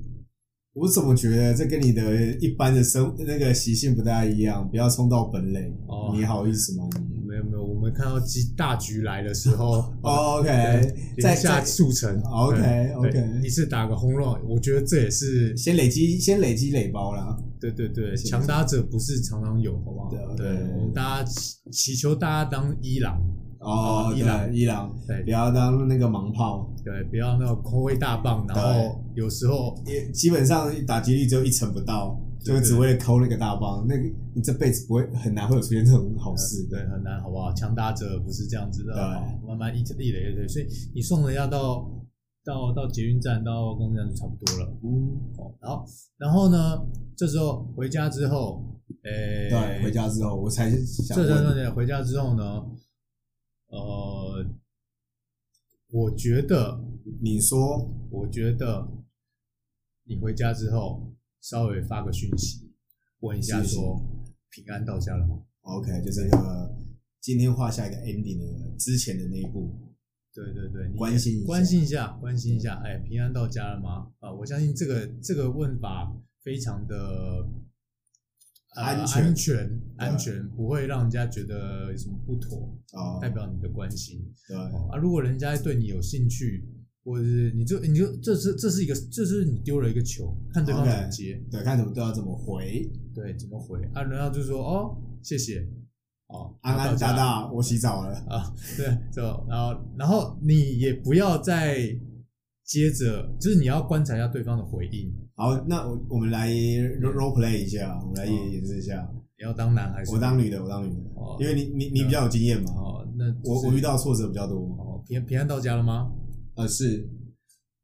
Speaker 2: 我怎么觉得这跟你的一般的生那个习性不大一样？不要冲到本垒，
Speaker 3: 哦
Speaker 2: 你好意思吗？
Speaker 3: [LAUGHS]
Speaker 2: 你
Speaker 3: 没有没有，我们看到机大局来的时候
Speaker 2: 哦，OK， [LAUGHS]
Speaker 3: 对
Speaker 2: 在
Speaker 3: 连下
Speaker 2: 在
Speaker 3: 速成。
Speaker 2: 哦，OK，
Speaker 3: 对
Speaker 2: OK
Speaker 3: 对一次打个轰乱，我觉得这也是
Speaker 2: 先累积，先累积垒包啦。
Speaker 3: 对对对，
Speaker 2: 是
Speaker 3: 强打者不是常常有，好不好
Speaker 2: 对啊？
Speaker 3: 对
Speaker 2: 对，
Speaker 3: 我们大家祈祈求大家当伊朗，
Speaker 2: 哦，
Speaker 3: 伊朗
Speaker 2: 对伊朗，
Speaker 3: 对
Speaker 2: 不要当那个盲炮，
Speaker 3: 对，不要那种空挥大棒，然后有时候
Speaker 2: 也基本上打击率只有一成不到，
Speaker 3: 对
Speaker 2: 就只为了抠那个大棒，那个你这辈子不会很难会有出现这种好事
Speaker 3: 对
Speaker 2: 的。
Speaker 3: 很难，好不好？强打者不是这样子的，
Speaker 2: 对
Speaker 3: 好慢慢一一垒一垒，所以你送人家到到到捷运站到公车站就差不多了。
Speaker 2: 嗯，
Speaker 3: 哦，然后然后呢，这时候回家之后，诶，
Speaker 2: 对，回家之后我才想
Speaker 3: 这段时
Speaker 2: 问，
Speaker 3: 间回家之后呢，呃，我觉得，
Speaker 2: 你说
Speaker 3: 我觉得你回家之后稍微发个讯息，问一下
Speaker 2: 是是
Speaker 3: 说平安到家了吗？
Speaker 2: OK，就是那个今天画下一个 ending 的之前的那一步，
Speaker 3: 对对对，你也
Speaker 2: 关心一下
Speaker 3: 关心一下，关心一下，哎，平安到家了吗？啊，我相信这个这个问法非常的、呃
Speaker 2: 安全嗯
Speaker 3: 安全，安全，不会让人家觉得有什么不妥，
Speaker 2: 哦，
Speaker 3: 代表你的关心。
Speaker 2: 对，
Speaker 3: 啊，如果人家对你有兴趣，或者是你就你就这是这是一个，这是你丢了一个球，看对方怎么
Speaker 2: OK
Speaker 3: 接
Speaker 2: 对，看怎么都要怎么回，
Speaker 3: 对，怎么回啊？然后就说哦，谢谢，哦，
Speaker 2: 安安
Speaker 3: 到家
Speaker 2: 啊
Speaker 3: 了
Speaker 2: 大大，我洗澡了，
Speaker 3: 啊，对，就然后然后你也不要再接着，就是你要观察一下对方的回应，你
Speaker 2: 好，那我我们来
Speaker 3: 嗯
Speaker 2: role play 一下，我们来演演示一下，
Speaker 3: 要当男还是
Speaker 2: 我当女的，我当女的
Speaker 3: 哦，
Speaker 2: 因为你你你比较有经验嘛，
Speaker 3: 哦，那
Speaker 2: 我我遇到挫折比较多，
Speaker 3: 哦平平安到家了吗？
Speaker 2: 呃，是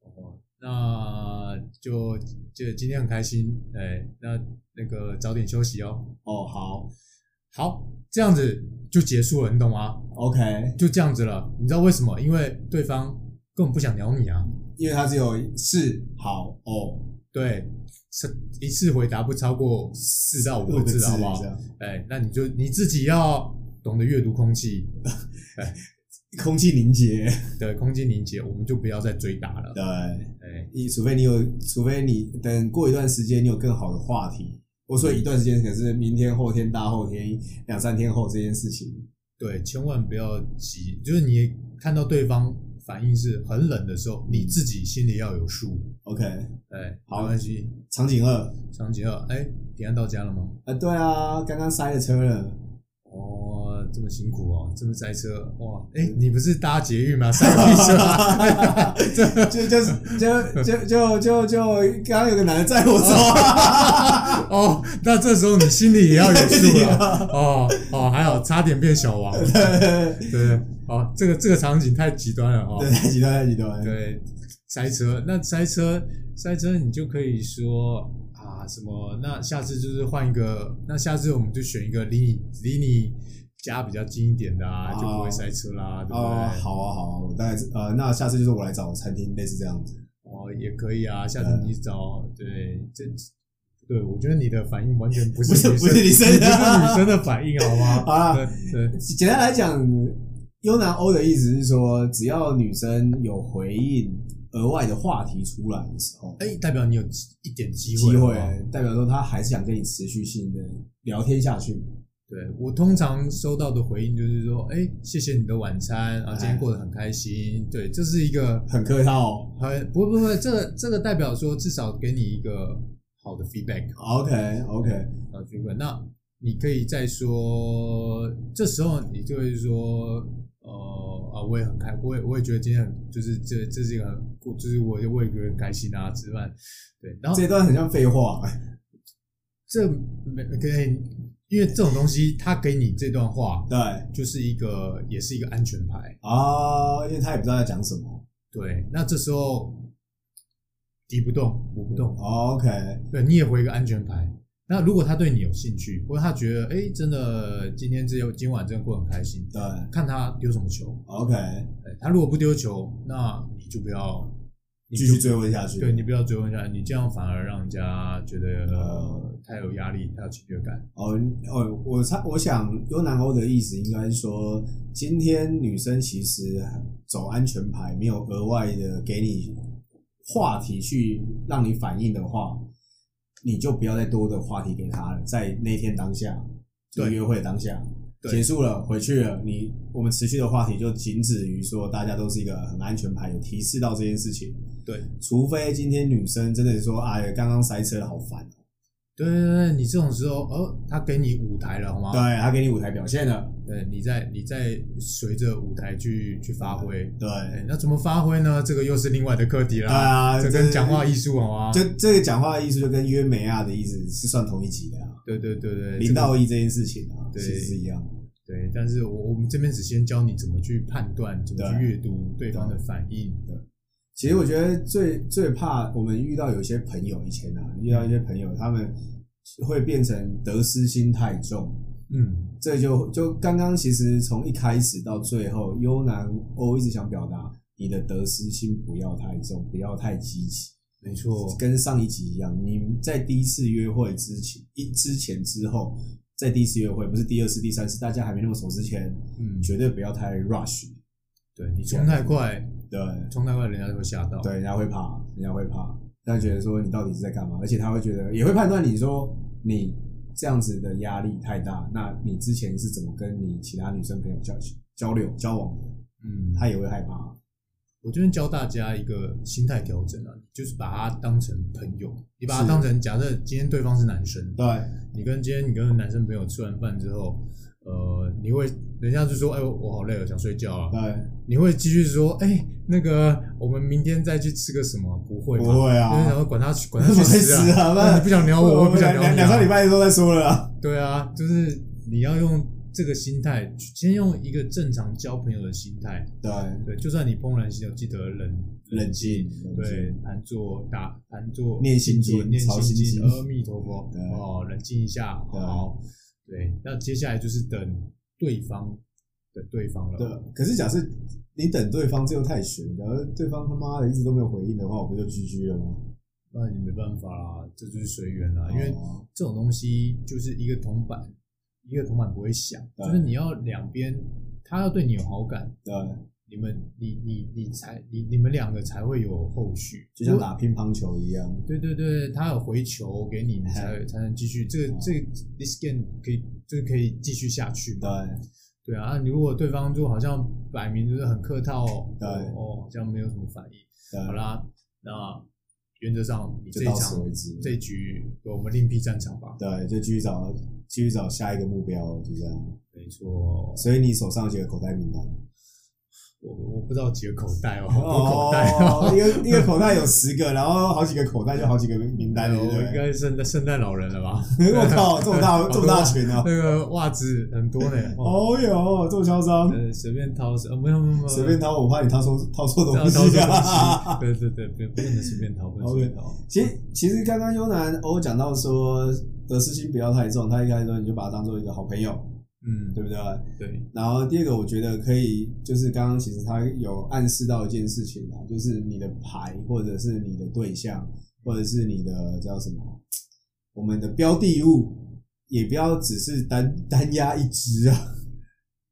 Speaker 3: 哦，那就就今天很开心，哎，那那个早点休息哦。
Speaker 2: 哦，好
Speaker 3: 好，这样子就结束了，你懂吗？
Speaker 2: ，OK，
Speaker 3: 就这样子了，你知道为什么？因为对方根本不想鸟你啊。
Speaker 2: 因为它只有是好哦，
Speaker 3: 对，是一次回答不超过四到五个字，好不好
Speaker 2: 这？样
Speaker 3: 哎，那你就你自己要懂得阅读空气，
Speaker 2: [LAUGHS] 空气凝结，
Speaker 3: 对，空气凝结，我们就不要再追打了。
Speaker 2: 对。
Speaker 3: 哎，
Speaker 2: 你除非你有，除非你等过一段时间你有更好的话题。我说一段时间可是明天、后天、大后天、两三天后这件事情。
Speaker 3: 对，千万不要急，就是你看到对方反应是很冷的时候，你自己心里要有数。
Speaker 2: OK，
Speaker 3: 哎，
Speaker 2: 好
Speaker 3: 没关系。
Speaker 2: 场景二，
Speaker 3: 长杰二，哎，平安到家了吗？
Speaker 2: 啊，对啊，刚刚塞了车了，
Speaker 3: 哦，这么辛苦哦，这么塞车哇！哎，你不是搭捷运
Speaker 2: [LAUGHS]
Speaker 3: 吗？塞屁车啊！
Speaker 2: 就就就就就就就刚刚有个男的载我啊走，
Speaker 3: 哦，那这时候你心里也要有数
Speaker 2: [LAUGHS]
Speaker 3: 了。哦哦，还好差点变小王。对对，哦，这个这个场景太极端了哦。
Speaker 2: 对，太极端太极端，
Speaker 3: 对，塞车，那塞车塞车，你就可以说啊什么？那下次就是换一个，那下次我们就选一个离你离你家比较近一点的啊，就不会塞车啦，对不
Speaker 2: 哦，
Speaker 3: 对？
Speaker 2: 好啊好啊，我大概知呃，那下次就是我来找餐厅，类似这样子。
Speaker 3: 哦，也可以啊，下次你找对这。对，我觉得你的反应完全不是
Speaker 2: 不是
Speaker 3: 女
Speaker 2: 不是女生啊
Speaker 3: 你不是女生的反应，好吗？
Speaker 2: [LAUGHS] 好啦
Speaker 3: 对对，
Speaker 2: 简单来讲，优南欧的意思是说，只要女生有回应额外的话题出来的时候，
Speaker 3: 哎、代表你有一点机
Speaker 2: 机
Speaker 3: 会。好
Speaker 2: 会
Speaker 3: 不好
Speaker 2: 代表说她还是想跟你持续性的聊天下去。
Speaker 3: 对我通常收到的回应就是说，哎、谢谢你的晚餐啊，今天过得很开心。对，这是一个
Speaker 2: 很客套哦
Speaker 3: 很不不不，这个这个代表说至少给你一个好的 feedback
Speaker 2: ，OK OK，
Speaker 3: 啊 feedback。那你可以再说，这时候你就会说，呃啊，我也很开，我也我也觉得今天很就是这这是一个很，就是我我也觉得很开心啊，吃饭。对，然后
Speaker 2: 这一段很像废话， [LAUGHS]
Speaker 3: 这没可以，因为这种东西，他给你这段话，
Speaker 2: 对
Speaker 3: 就是一个也是一个安全牌。
Speaker 2: 啊，因为她也不知道在讲什么。
Speaker 3: 对，那这时候敌不动，我不动，
Speaker 2: OK，
Speaker 3: 对，你也回一个安全牌。那如果他对你有兴趣，或者他觉得哎、诶真的今天只有今晚真的过得很开心，
Speaker 2: 对
Speaker 3: 看他丢什么球。
Speaker 2: ，OK，
Speaker 3: 哎他如果不丢球，那你就不要你
Speaker 2: 继
Speaker 3: 就
Speaker 2: 续追问下去。
Speaker 3: 对你不要追问下来，你这样反而让人家觉得
Speaker 2: 呃
Speaker 3: 呃太有压力，太有侵略感。
Speaker 2: 哦哦，我猜我想优南欧的意思应该是说，今天女生其实走安全牌，没有额外的给你话题去让你反应的话，你就不要再多的话题给她了，在那天当下，就
Speaker 3: 对
Speaker 2: 约会当下。
Speaker 3: 对
Speaker 2: 结束了，回去了。你我们持续的话题就仅止于说，大家都是一个很安全牌，有提示到这件事情。
Speaker 3: 对
Speaker 2: 除非今天女生真的是说，哎，刚刚塞车了，好烦哦、
Speaker 3: 对对对，你这种时候，哦，他给你舞台了，好吗？
Speaker 2: 对，她给你舞台表现了，
Speaker 3: 对，你在你在随着舞台去去发挥。
Speaker 2: 对，
Speaker 3: 哎，那怎么发挥呢？这个又是另外的课题啦。
Speaker 2: 啊，
Speaker 3: 这跟讲话艺术好啊吗？
Speaker 2: 这这个讲话艺术就跟约梅亚的意思是算同一级的啊，
Speaker 3: 对对对对，
Speaker 2: 零到一这件事情啊，其
Speaker 3: 对
Speaker 2: 实是一样的。
Speaker 3: 这个对，但是我我们这边只先教你怎么去判断，怎么去阅读对方的反应。
Speaker 2: 其实我觉得最最怕我们遇到有些朋友，以前啊，遇到一些朋友，他们会变成得失心太重，
Speaker 3: 嗯，
Speaker 2: 这就就刚刚其实从一开始到最后，优南欧一直想表达，你的得失心不要太重，不要太积极。
Speaker 3: 没错，
Speaker 2: 跟上一集一样，你在第一次约会之前、一之前、之后，在第一次约会，不是第二次、第三次，大家还没那么熟之前，
Speaker 3: 嗯
Speaker 2: 你，绝对不要太 rush，
Speaker 3: 对你冲太快，
Speaker 2: 对
Speaker 3: 冲太快人家就会吓到。
Speaker 2: 对，人家会怕，人家会怕，人家觉得说你到底是在干嘛，而且他会觉得也会判断你说你这样子的压力太大，那你之前是怎么跟你其他女生朋友交交流交往的，
Speaker 3: 嗯，
Speaker 2: 他也会害怕，
Speaker 3: 我这边教大家一个心态调整啊，就是把他当成朋友，你把他
Speaker 2: 是
Speaker 3: 当成假设今天对方是男生，
Speaker 2: 对
Speaker 3: 你跟今天你跟男生朋友吃完饭之后，呃，你会人家就说，哎、我好累了，想睡觉啊了。
Speaker 2: 对，
Speaker 3: 你会继续说，哎、那个我们明天再去吃个什么？不会吧，
Speaker 2: 不会啊
Speaker 3: 因为想说管
Speaker 2: [LAUGHS]
Speaker 3: 他去，管他去
Speaker 2: 死
Speaker 3: 死
Speaker 2: 啊不
Speaker 3: 那
Speaker 2: 然
Speaker 3: 你不想聊我，我也不想聊你、啊。
Speaker 2: 两两三礼，拜都在说了啊，
Speaker 3: 对啊，就是你要用这个心态，先用一个正常交朋友的心态，
Speaker 2: 对，
Speaker 3: 对，就算你怦然心动，记得冷
Speaker 2: 冷静，冷静
Speaker 3: 对，盘坐打盘坐，
Speaker 2: 念心经
Speaker 3: 静坐念
Speaker 2: 操
Speaker 3: 心
Speaker 2: 心
Speaker 3: 经，
Speaker 2: 经
Speaker 3: 阿弥陀佛
Speaker 2: 对，
Speaker 3: 哦，冷静一下，
Speaker 2: 对
Speaker 3: 好，对，那接下来就是等对方的对方
Speaker 2: 对
Speaker 3: 了，，
Speaker 2: 可是假设你等对方，这又太悬。假如对方他妈的一直都没有回应的话，我不就 GG 了吗？
Speaker 3: 那你没办法啦，这就是随缘啦，因为
Speaker 2: 哦
Speaker 3: 这种东西就是一个铜板，一个铜板不会响，
Speaker 2: 对
Speaker 3: 就是你要两边他要对你有好感，
Speaker 2: 对，
Speaker 3: 你们你你你才你你们两个才会有后续，
Speaker 2: 就像打乒乓球一样，
Speaker 3: 对对对，他有回球给你，你才才能继续。这
Speaker 2: 哦
Speaker 3: 个这个 this game 可以就是可以继续下去
Speaker 2: 对
Speaker 3: 嘛？对啊，啊你如果对方就好像摆明就是很客套哦，
Speaker 2: 对
Speaker 3: 哦，好像没有什么反应。
Speaker 2: 对，
Speaker 3: 好啦，那原则上你
Speaker 2: 就
Speaker 3: 这一
Speaker 2: 到此
Speaker 3: 场
Speaker 2: 为止。
Speaker 3: 这一局我们另辟战场吧。
Speaker 2: 对，就继续找，继续找下一个目标，就这样。
Speaker 3: 没错，
Speaker 2: 所以你手上有几个口袋名单？
Speaker 3: 我我不知道几个口袋哦，好多口袋
Speaker 2: 哦一
Speaker 3: 哦。
Speaker 2: 个一个口袋有十个，然后好几个口袋就好几个名单了，
Speaker 3: 我应
Speaker 2: 对
Speaker 3: 该圣诞圣诞老人了吧？ [LAUGHS]
Speaker 2: 不对？ [LAUGHS] 我靠，这么大
Speaker 3: 好多 [LAUGHS]
Speaker 2: 这么大群啊！
Speaker 3: 那个袜子很多呢。哦，
Speaker 2: 哦哟，这么嚣张，
Speaker 3: 呃，随便掏是，呃，没有没有没有，
Speaker 2: 随便掏，我怕你掏错掏错
Speaker 3: 不
Speaker 2: 东
Speaker 3: 要掏
Speaker 2: 西
Speaker 3: 这
Speaker 2: 啊！
Speaker 3: 东 [LAUGHS] 西，对对对，不不能随便掏，不能
Speaker 2: [LAUGHS]
Speaker 3: 随便掏。
Speaker 2: 其实，其实刚刚优南偶尔讲到说，得失心不要太重。他一开始说，你就把他当做一个好朋友，
Speaker 3: 嗯，
Speaker 2: 对不对？
Speaker 3: 对
Speaker 2: 然后第二个，我觉得可以，就是刚刚其实他有暗示到一件事情啊，就是你的牌，或者是你的对象，或者是你的叫什么，我们的标的物，也不要只是单单压一只啊。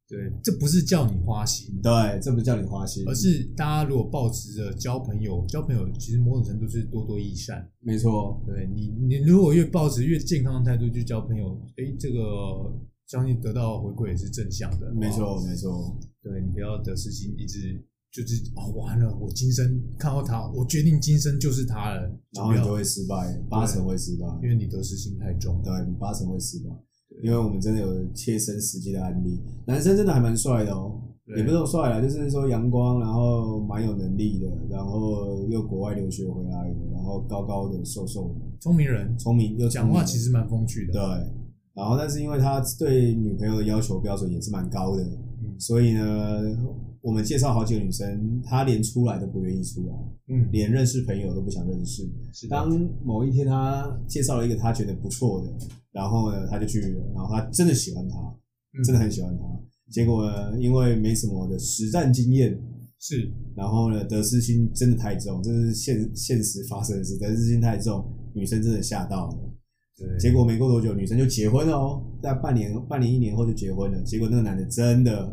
Speaker 3: 对，这不是叫你花心，
Speaker 2: 对，这不叫你花心，
Speaker 3: 而哦是大家如果抱持着交朋友，交朋友其实某种程度是多多益善。
Speaker 2: 没错，
Speaker 3: 对你，你如果越抱持越健康的态度去交朋友，哎，这个相信得到的回馈也是正向的。
Speaker 2: 没
Speaker 3: 哇
Speaker 2: 错，没错，
Speaker 3: 对你不要得失心一直。就是哦，完了！我今生看到他，我决定今生就是他了。
Speaker 2: 然后你
Speaker 3: 不
Speaker 2: 就
Speaker 3: 要
Speaker 2: 会失败，八成会失败。
Speaker 3: 因为你得失心太重了。
Speaker 2: 对，你八成会失败，因为我们真的有切身实际的案例，男生真的还蛮帅的哦，
Speaker 3: 对
Speaker 2: 也不是说帅啦，就是说阳光，然后蛮有能力的，然后又国外留学回来的，然后高高的、瘦瘦的，
Speaker 3: 聪明人
Speaker 2: 聪明又
Speaker 3: 讲话其
Speaker 2: 实
Speaker 3: 实蛮风趣的。
Speaker 2: 对，啊然后但是因为他对女朋友的要求标准也是蛮高的，
Speaker 3: 嗯
Speaker 2: 所以呢，我们介绍好几个女生，她连出来都不愿意出来，
Speaker 3: 嗯，
Speaker 2: 连认识朋友都不想认识。
Speaker 3: 是的
Speaker 2: 当某一天她介绍了一个她觉得不错的，然后呢，她就去了，然后她真的喜欢他，
Speaker 3: 嗯
Speaker 2: 真的很喜欢他。结果呢，因为没什么的实战经验，
Speaker 3: 是
Speaker 2: 然后呢，得失心真的太重，这是现现实发生的事，得失心太重，女生真的吓到了。
Speaker 3: 嗯对
Speaker 2: 结果没过多久，女生就结婚了哦，在半年、半年、一年后就结婚了。结果那个男的真的，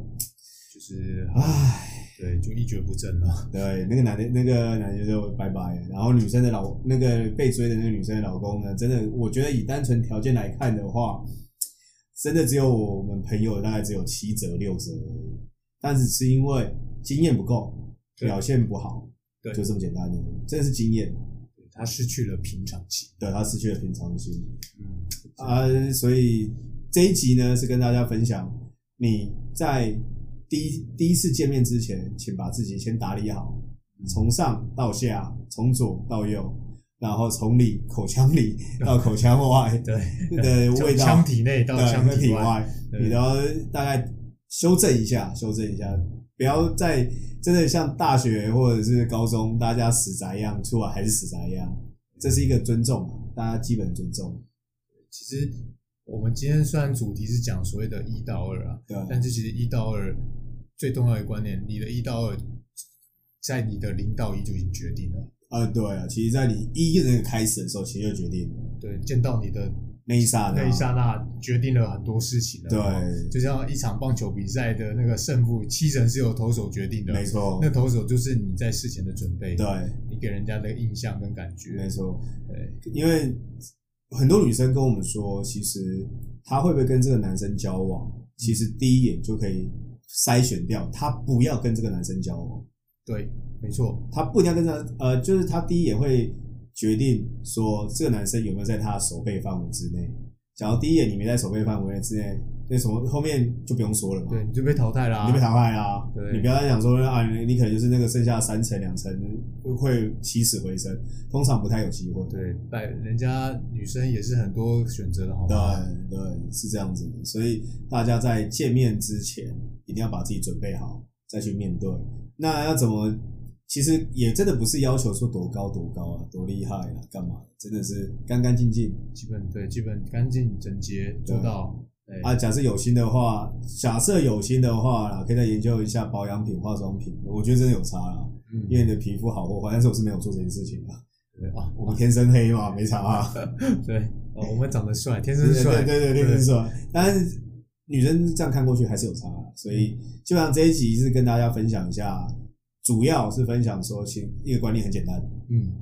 Speaker 3: 就是
Speaker 2: 唉，
Speaker 3: 对，就一蹶不振了。 [LAUGHS]
Speaker 2: 对，那个男的，那个男的就拜拜了。然后女生的老，那个被追的那个女生的老公呢，真的，我觉得以单纯条件来看的话，真的只有我们朋友大概只有七折六折而已。但是是因为经验不够，
Speaker 3: 对
Speaker 2: 表现不好，
Speaker 3: 对
Speaker 2: 就这么简单的，真的是经验，
Speaker 3: 他失去了平常心。
Speaker 2: 对他失去了平常心。
Speaker 3: 嗯，
Speaker 2: 啊，所以这一集呢是跟大家分享，你在第一第一次见面之前，请把自己先打理好，从上到下，从左到右，然后从里口腔里到口腔外
Speaker 3: [LAUGHS] 对，
Speaker 2: 的
Speaker 3: 从
Speaker 2: 味道，
Speaker 3: 腔体内到
Speaker 2: 对
Speaker 3: 腔
Speaker 2: 跟体
Speaker 3: 外，
Speaker 2: 外，
Speaker 3: 对
Speaker 2: 你都要大概修正一下，修正一下。不要再真的像大学或者是高中，大家死宅一样，出来还是死宅一样，这是一个尊重嘛，大家基本尊重，
Speaker 3: 其实我们今天虽然主题是讲所谓的一到二啊，
Speaker 2: 对吧？
Speaker 3: 但是其实一到二最重要的观念，你的一到二在你的零到一就已经决定了。
Speaker 2: 啊，对啊，其实，在你一个人开始的时候，其实就决定了
Speaker 3: 对，见到你的
Speaker 2: 那一刹那，
Speaker 3: 那一刹那，决定了很多事情了。
Speaker 2: 对
Speaker 3: 就像一场棒球比赛的那个胜负，七成是由投手决定的。
Speaker 2: 没错
Speaker 3: 那，投手就是你在事前的准备，
Speaker 2: 对，
Speaker 3: 你给人家的印象跟感觉
Speaker 2: 没。错，
Speaker 3: 对，
Speaker 2: 因为很多女生跟我们说，其实她会不会跟这个男生交往，其实第一眼就可以筛选掉，她不要跟这个男生交往，
Speaker 3: 对，没错，
Speaker 2: 她不一定要跟他，呃，就是她第一眼会决定说这个男生有没有在她的手背范围之内。假如第一眼你没在手背范围之内，那什么后面就不用说了嘛。
Speaker 3: 对，你就被淘汰啦。
Speaker 2: 你被淘汰啦！
Speaker 3: 对
Speaker 2: 你不要再想说啊，你你可能就是那个剩下三层两层会起死回生，通常不太有机会。
Speaker 3: 对，拜人家女生也是很多选择的，好吗？
Speaker 2: 对对，是这样子的。所以大家在见面之前一定要把自己准备好，再去面对。那要怎么？其实也真的不是要求说多高多高啊，多厉害啊，干嘛的？真的是干干净净
Speaker 3: 基本对，基本干净整洁做到。哎对
Speaker 2: 啊。假设有心的话，假设有心的话啦，可以再研究一下保养品、化妆品，我觉得真的有差啦。
Speaker 3: 嗯
Speaker 2: 因为你的皮肤好或坏，但是我是没有做这件事情的。
Speaker 3: 对啊，
Speaker 2: 我
Speaker 3: 我
Speaker 2: 们天生黑嘛，没差啊。
Speaker 3: 对哦，我们长得帅，天生
Speaker 2: 对
Speaker 3: 帅，
Speaker 2: 对对，天生帅。但是女生这样看过去还是有差啊，所以基本上这一集是跟大家分享一下，主要是分享说，其实一个观念很简单，
Speaker 3: 嗯，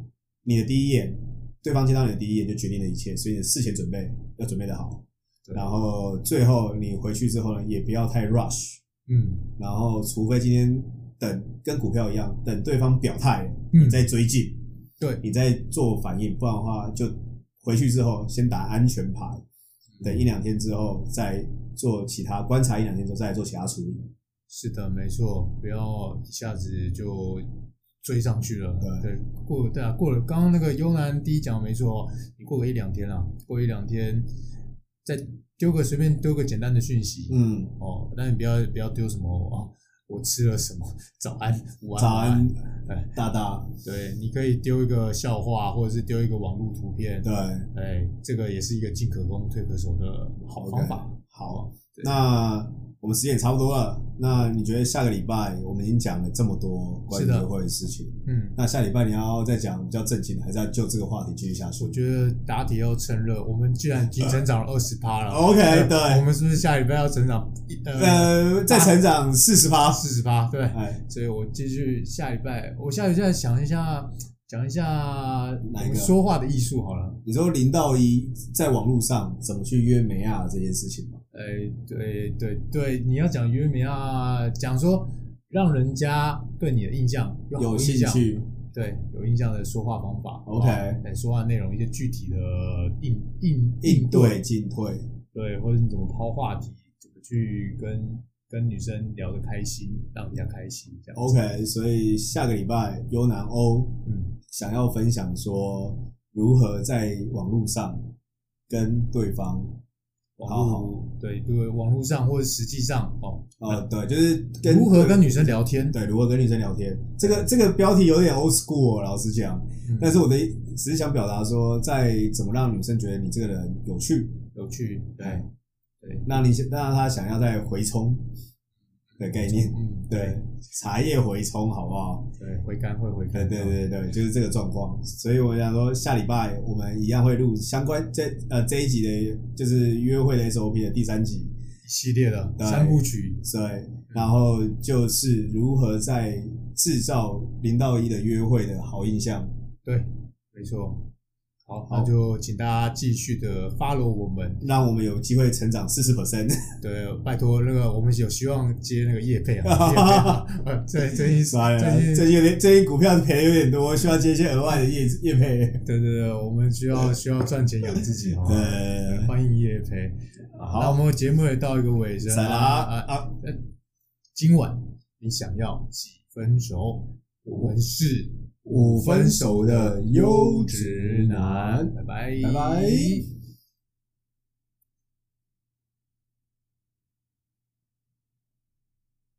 Speaker 2: 你的第一眼，对方见到你的第一眼就决定了一切，所以你的事前准备要准备的好。
Speaker 3: 对
Speaker 2: 然后最后你回去之后呢，也不要太 rush，
Speaker 3: 嗯
Speaker 2: 然后除非今天等跟股票一样，等对方表态了
Speaker 3: 嗯
Speaker 2: 你再追进。
Speaker 3: 对，
Speaker 2: 你在做反应，不然的话就回去之后先打安全牌，
Speaker 3: 嗯
Speaker 2: 等一两天之后再做其他观察一两天之后再来做其他处理。
Speaker 3: 是的，没错，不要一下子就追上去了。
Speaker 2: 对
Speaker 3: 对，过对啊，过了刚刚那个幽兰第一讲没错哦，你过个一两天啊，过一两天再丢个随便丢个简单的讯息，
Speaker 2: 嗯，
Speaker 3: 哦，但你不要不要丢什么啊、我吃了什么？早安，午安，
Speaker 2: 早
Speaker 3: 晚
Speaker 2: 安
Speaker 3: 哎，
Speaker 2: 大大，
Speaker 3: 对，你可以丢一个笑话，或者是丢一个网络图片。
Speaker 2: 对，
Speaker 3: 哎，这个也是一个进可攻退可守的好方法。
Speaker 2: 好
Speaker 3: 对，
Speaker 2: 那我们时间也差不多了。那你觉得下个礼拜我们已经讲了这么多关于
Speaker 3: 是的
Speaker 2: 约会的事情，
Speaker 3: 嗯，
Speaker 2: 那下礼拜你要再讲比较正经的，还是要就这个话题继续下去
Speaker 3: 我？觉得打铁要趁热，我们既然已经成长了二十趴了
Speaker 2: OK，
Speaker 3: 呃
Speaker 2: 哦对
Speaker 3: 我们是不是下礼拜要成长一呃
Speaker 2: 呃，再成长四十趴，
Speaker 3: 四十趴？对，
Speaker 2: 哎，
Speaker 3: 所以我继续下礼拜，我下礼拜想一下，讲一下我
Speaker 2: 哪一个
Speaker 3: 们说话的艺术好了。
Speaker 2: 你说零到一在网络上怎么去约梅亚这件事情吗？
Speaker 3: 哎，对对对，你要讲约明啊，讲说让人家对你的印象有好
Speaker 2: 有
Speaker 3: 印
Speaker 2: 兴
Speaker 3: 象，
Speaker 2: 趣，
Speaker 3: 对有印象的说话方法
Speaker 2: OK
Speaker 3: 哎，说话内容一些具体的应应
Speaker 2: 应对进退，
Speaker 3: 对，或者你怎么抛话题，怎么去跟跟女生聊得开心，让人家开心这样子。
Speaker 2: OK，所以下个礼拜优南欧
Speaker 3: 嗯，
Speaker 2: 想要分享说如何在网络上跟对方
Speaker 3: 网
Speaker 2: 好
Speaker 3: 络对对网络上或者实际上哦，
Speaker 2: 呃，对，就是跟
Speaker 3: 如何跟女生聊天？
Speaker 2: 对如何跟女生聊天，这个这个标题有点 old school，哦、老实讲，
Speaker 3: 嗯
Speaker 2: 但是我的只是想表达说，在怎么让女生觉得你这个人有趣，
Speaker 3: 有趣，对，
Speaker 2: 哎
Speaker 3: 对，
Speaker 2: 让你让她想要再回冲的概念，
Speaker 3: 嗯，
Speaker 2: 对，茶叶回冲好不好？
Speaker 3: 对，回甘会回
Speaker 2: 对
Speaker 3: 甘，
Speaker 2: 对对对，就是这个状况。所以我想说，下礼拜我们一样会录相关这呃这一集的，就是约会的 SOP 的第三集。
Speaker 3: 一系列的
Speaker 2: 对
Speaker 3: 三部曲，
Speaker 2: 对，然后就是如何在制造零到一的约会的好印象。
Speaker 3: 对，没错。好，
Speaker 2: 好
Speaker 3: 那就请大家继续的 follow 我们，
Speaker 2: 让我们有机会成长四十 [LAUGHS] percent。
Speaker 3: 对，拜托那个我们有希望接那个业配
Speaker 2: [LAUGHS]
Speaker 3: 啊，业配啊对，最近
Speaker 2: 哎呀
Speaker 3: 最
Speaker 2: 最
Speaker 3: 近
Speaker 2: 近有点，最近股票赔的有点多，需要接一些额外的业业配。
Speaker 3: 对对对，我们需要需要赚钱养自己哦。
Speaker 2: 呃，
Speaker 3: 欢迎业配。
Speaker 2: 好
Speaker 3: 那我们节目也到一个尾声
Speaker 2: 再
Speaker 3: 啊
Speaker 2: 啦
Speaker 3: 啊！
Speaker 2: 啊，
Speaker 3: 今晚你想要几分熟？我们是
Speaker 2: 五分熟的优质男
Speaker 3: 拜拜，
Speaker 2: 拜拜。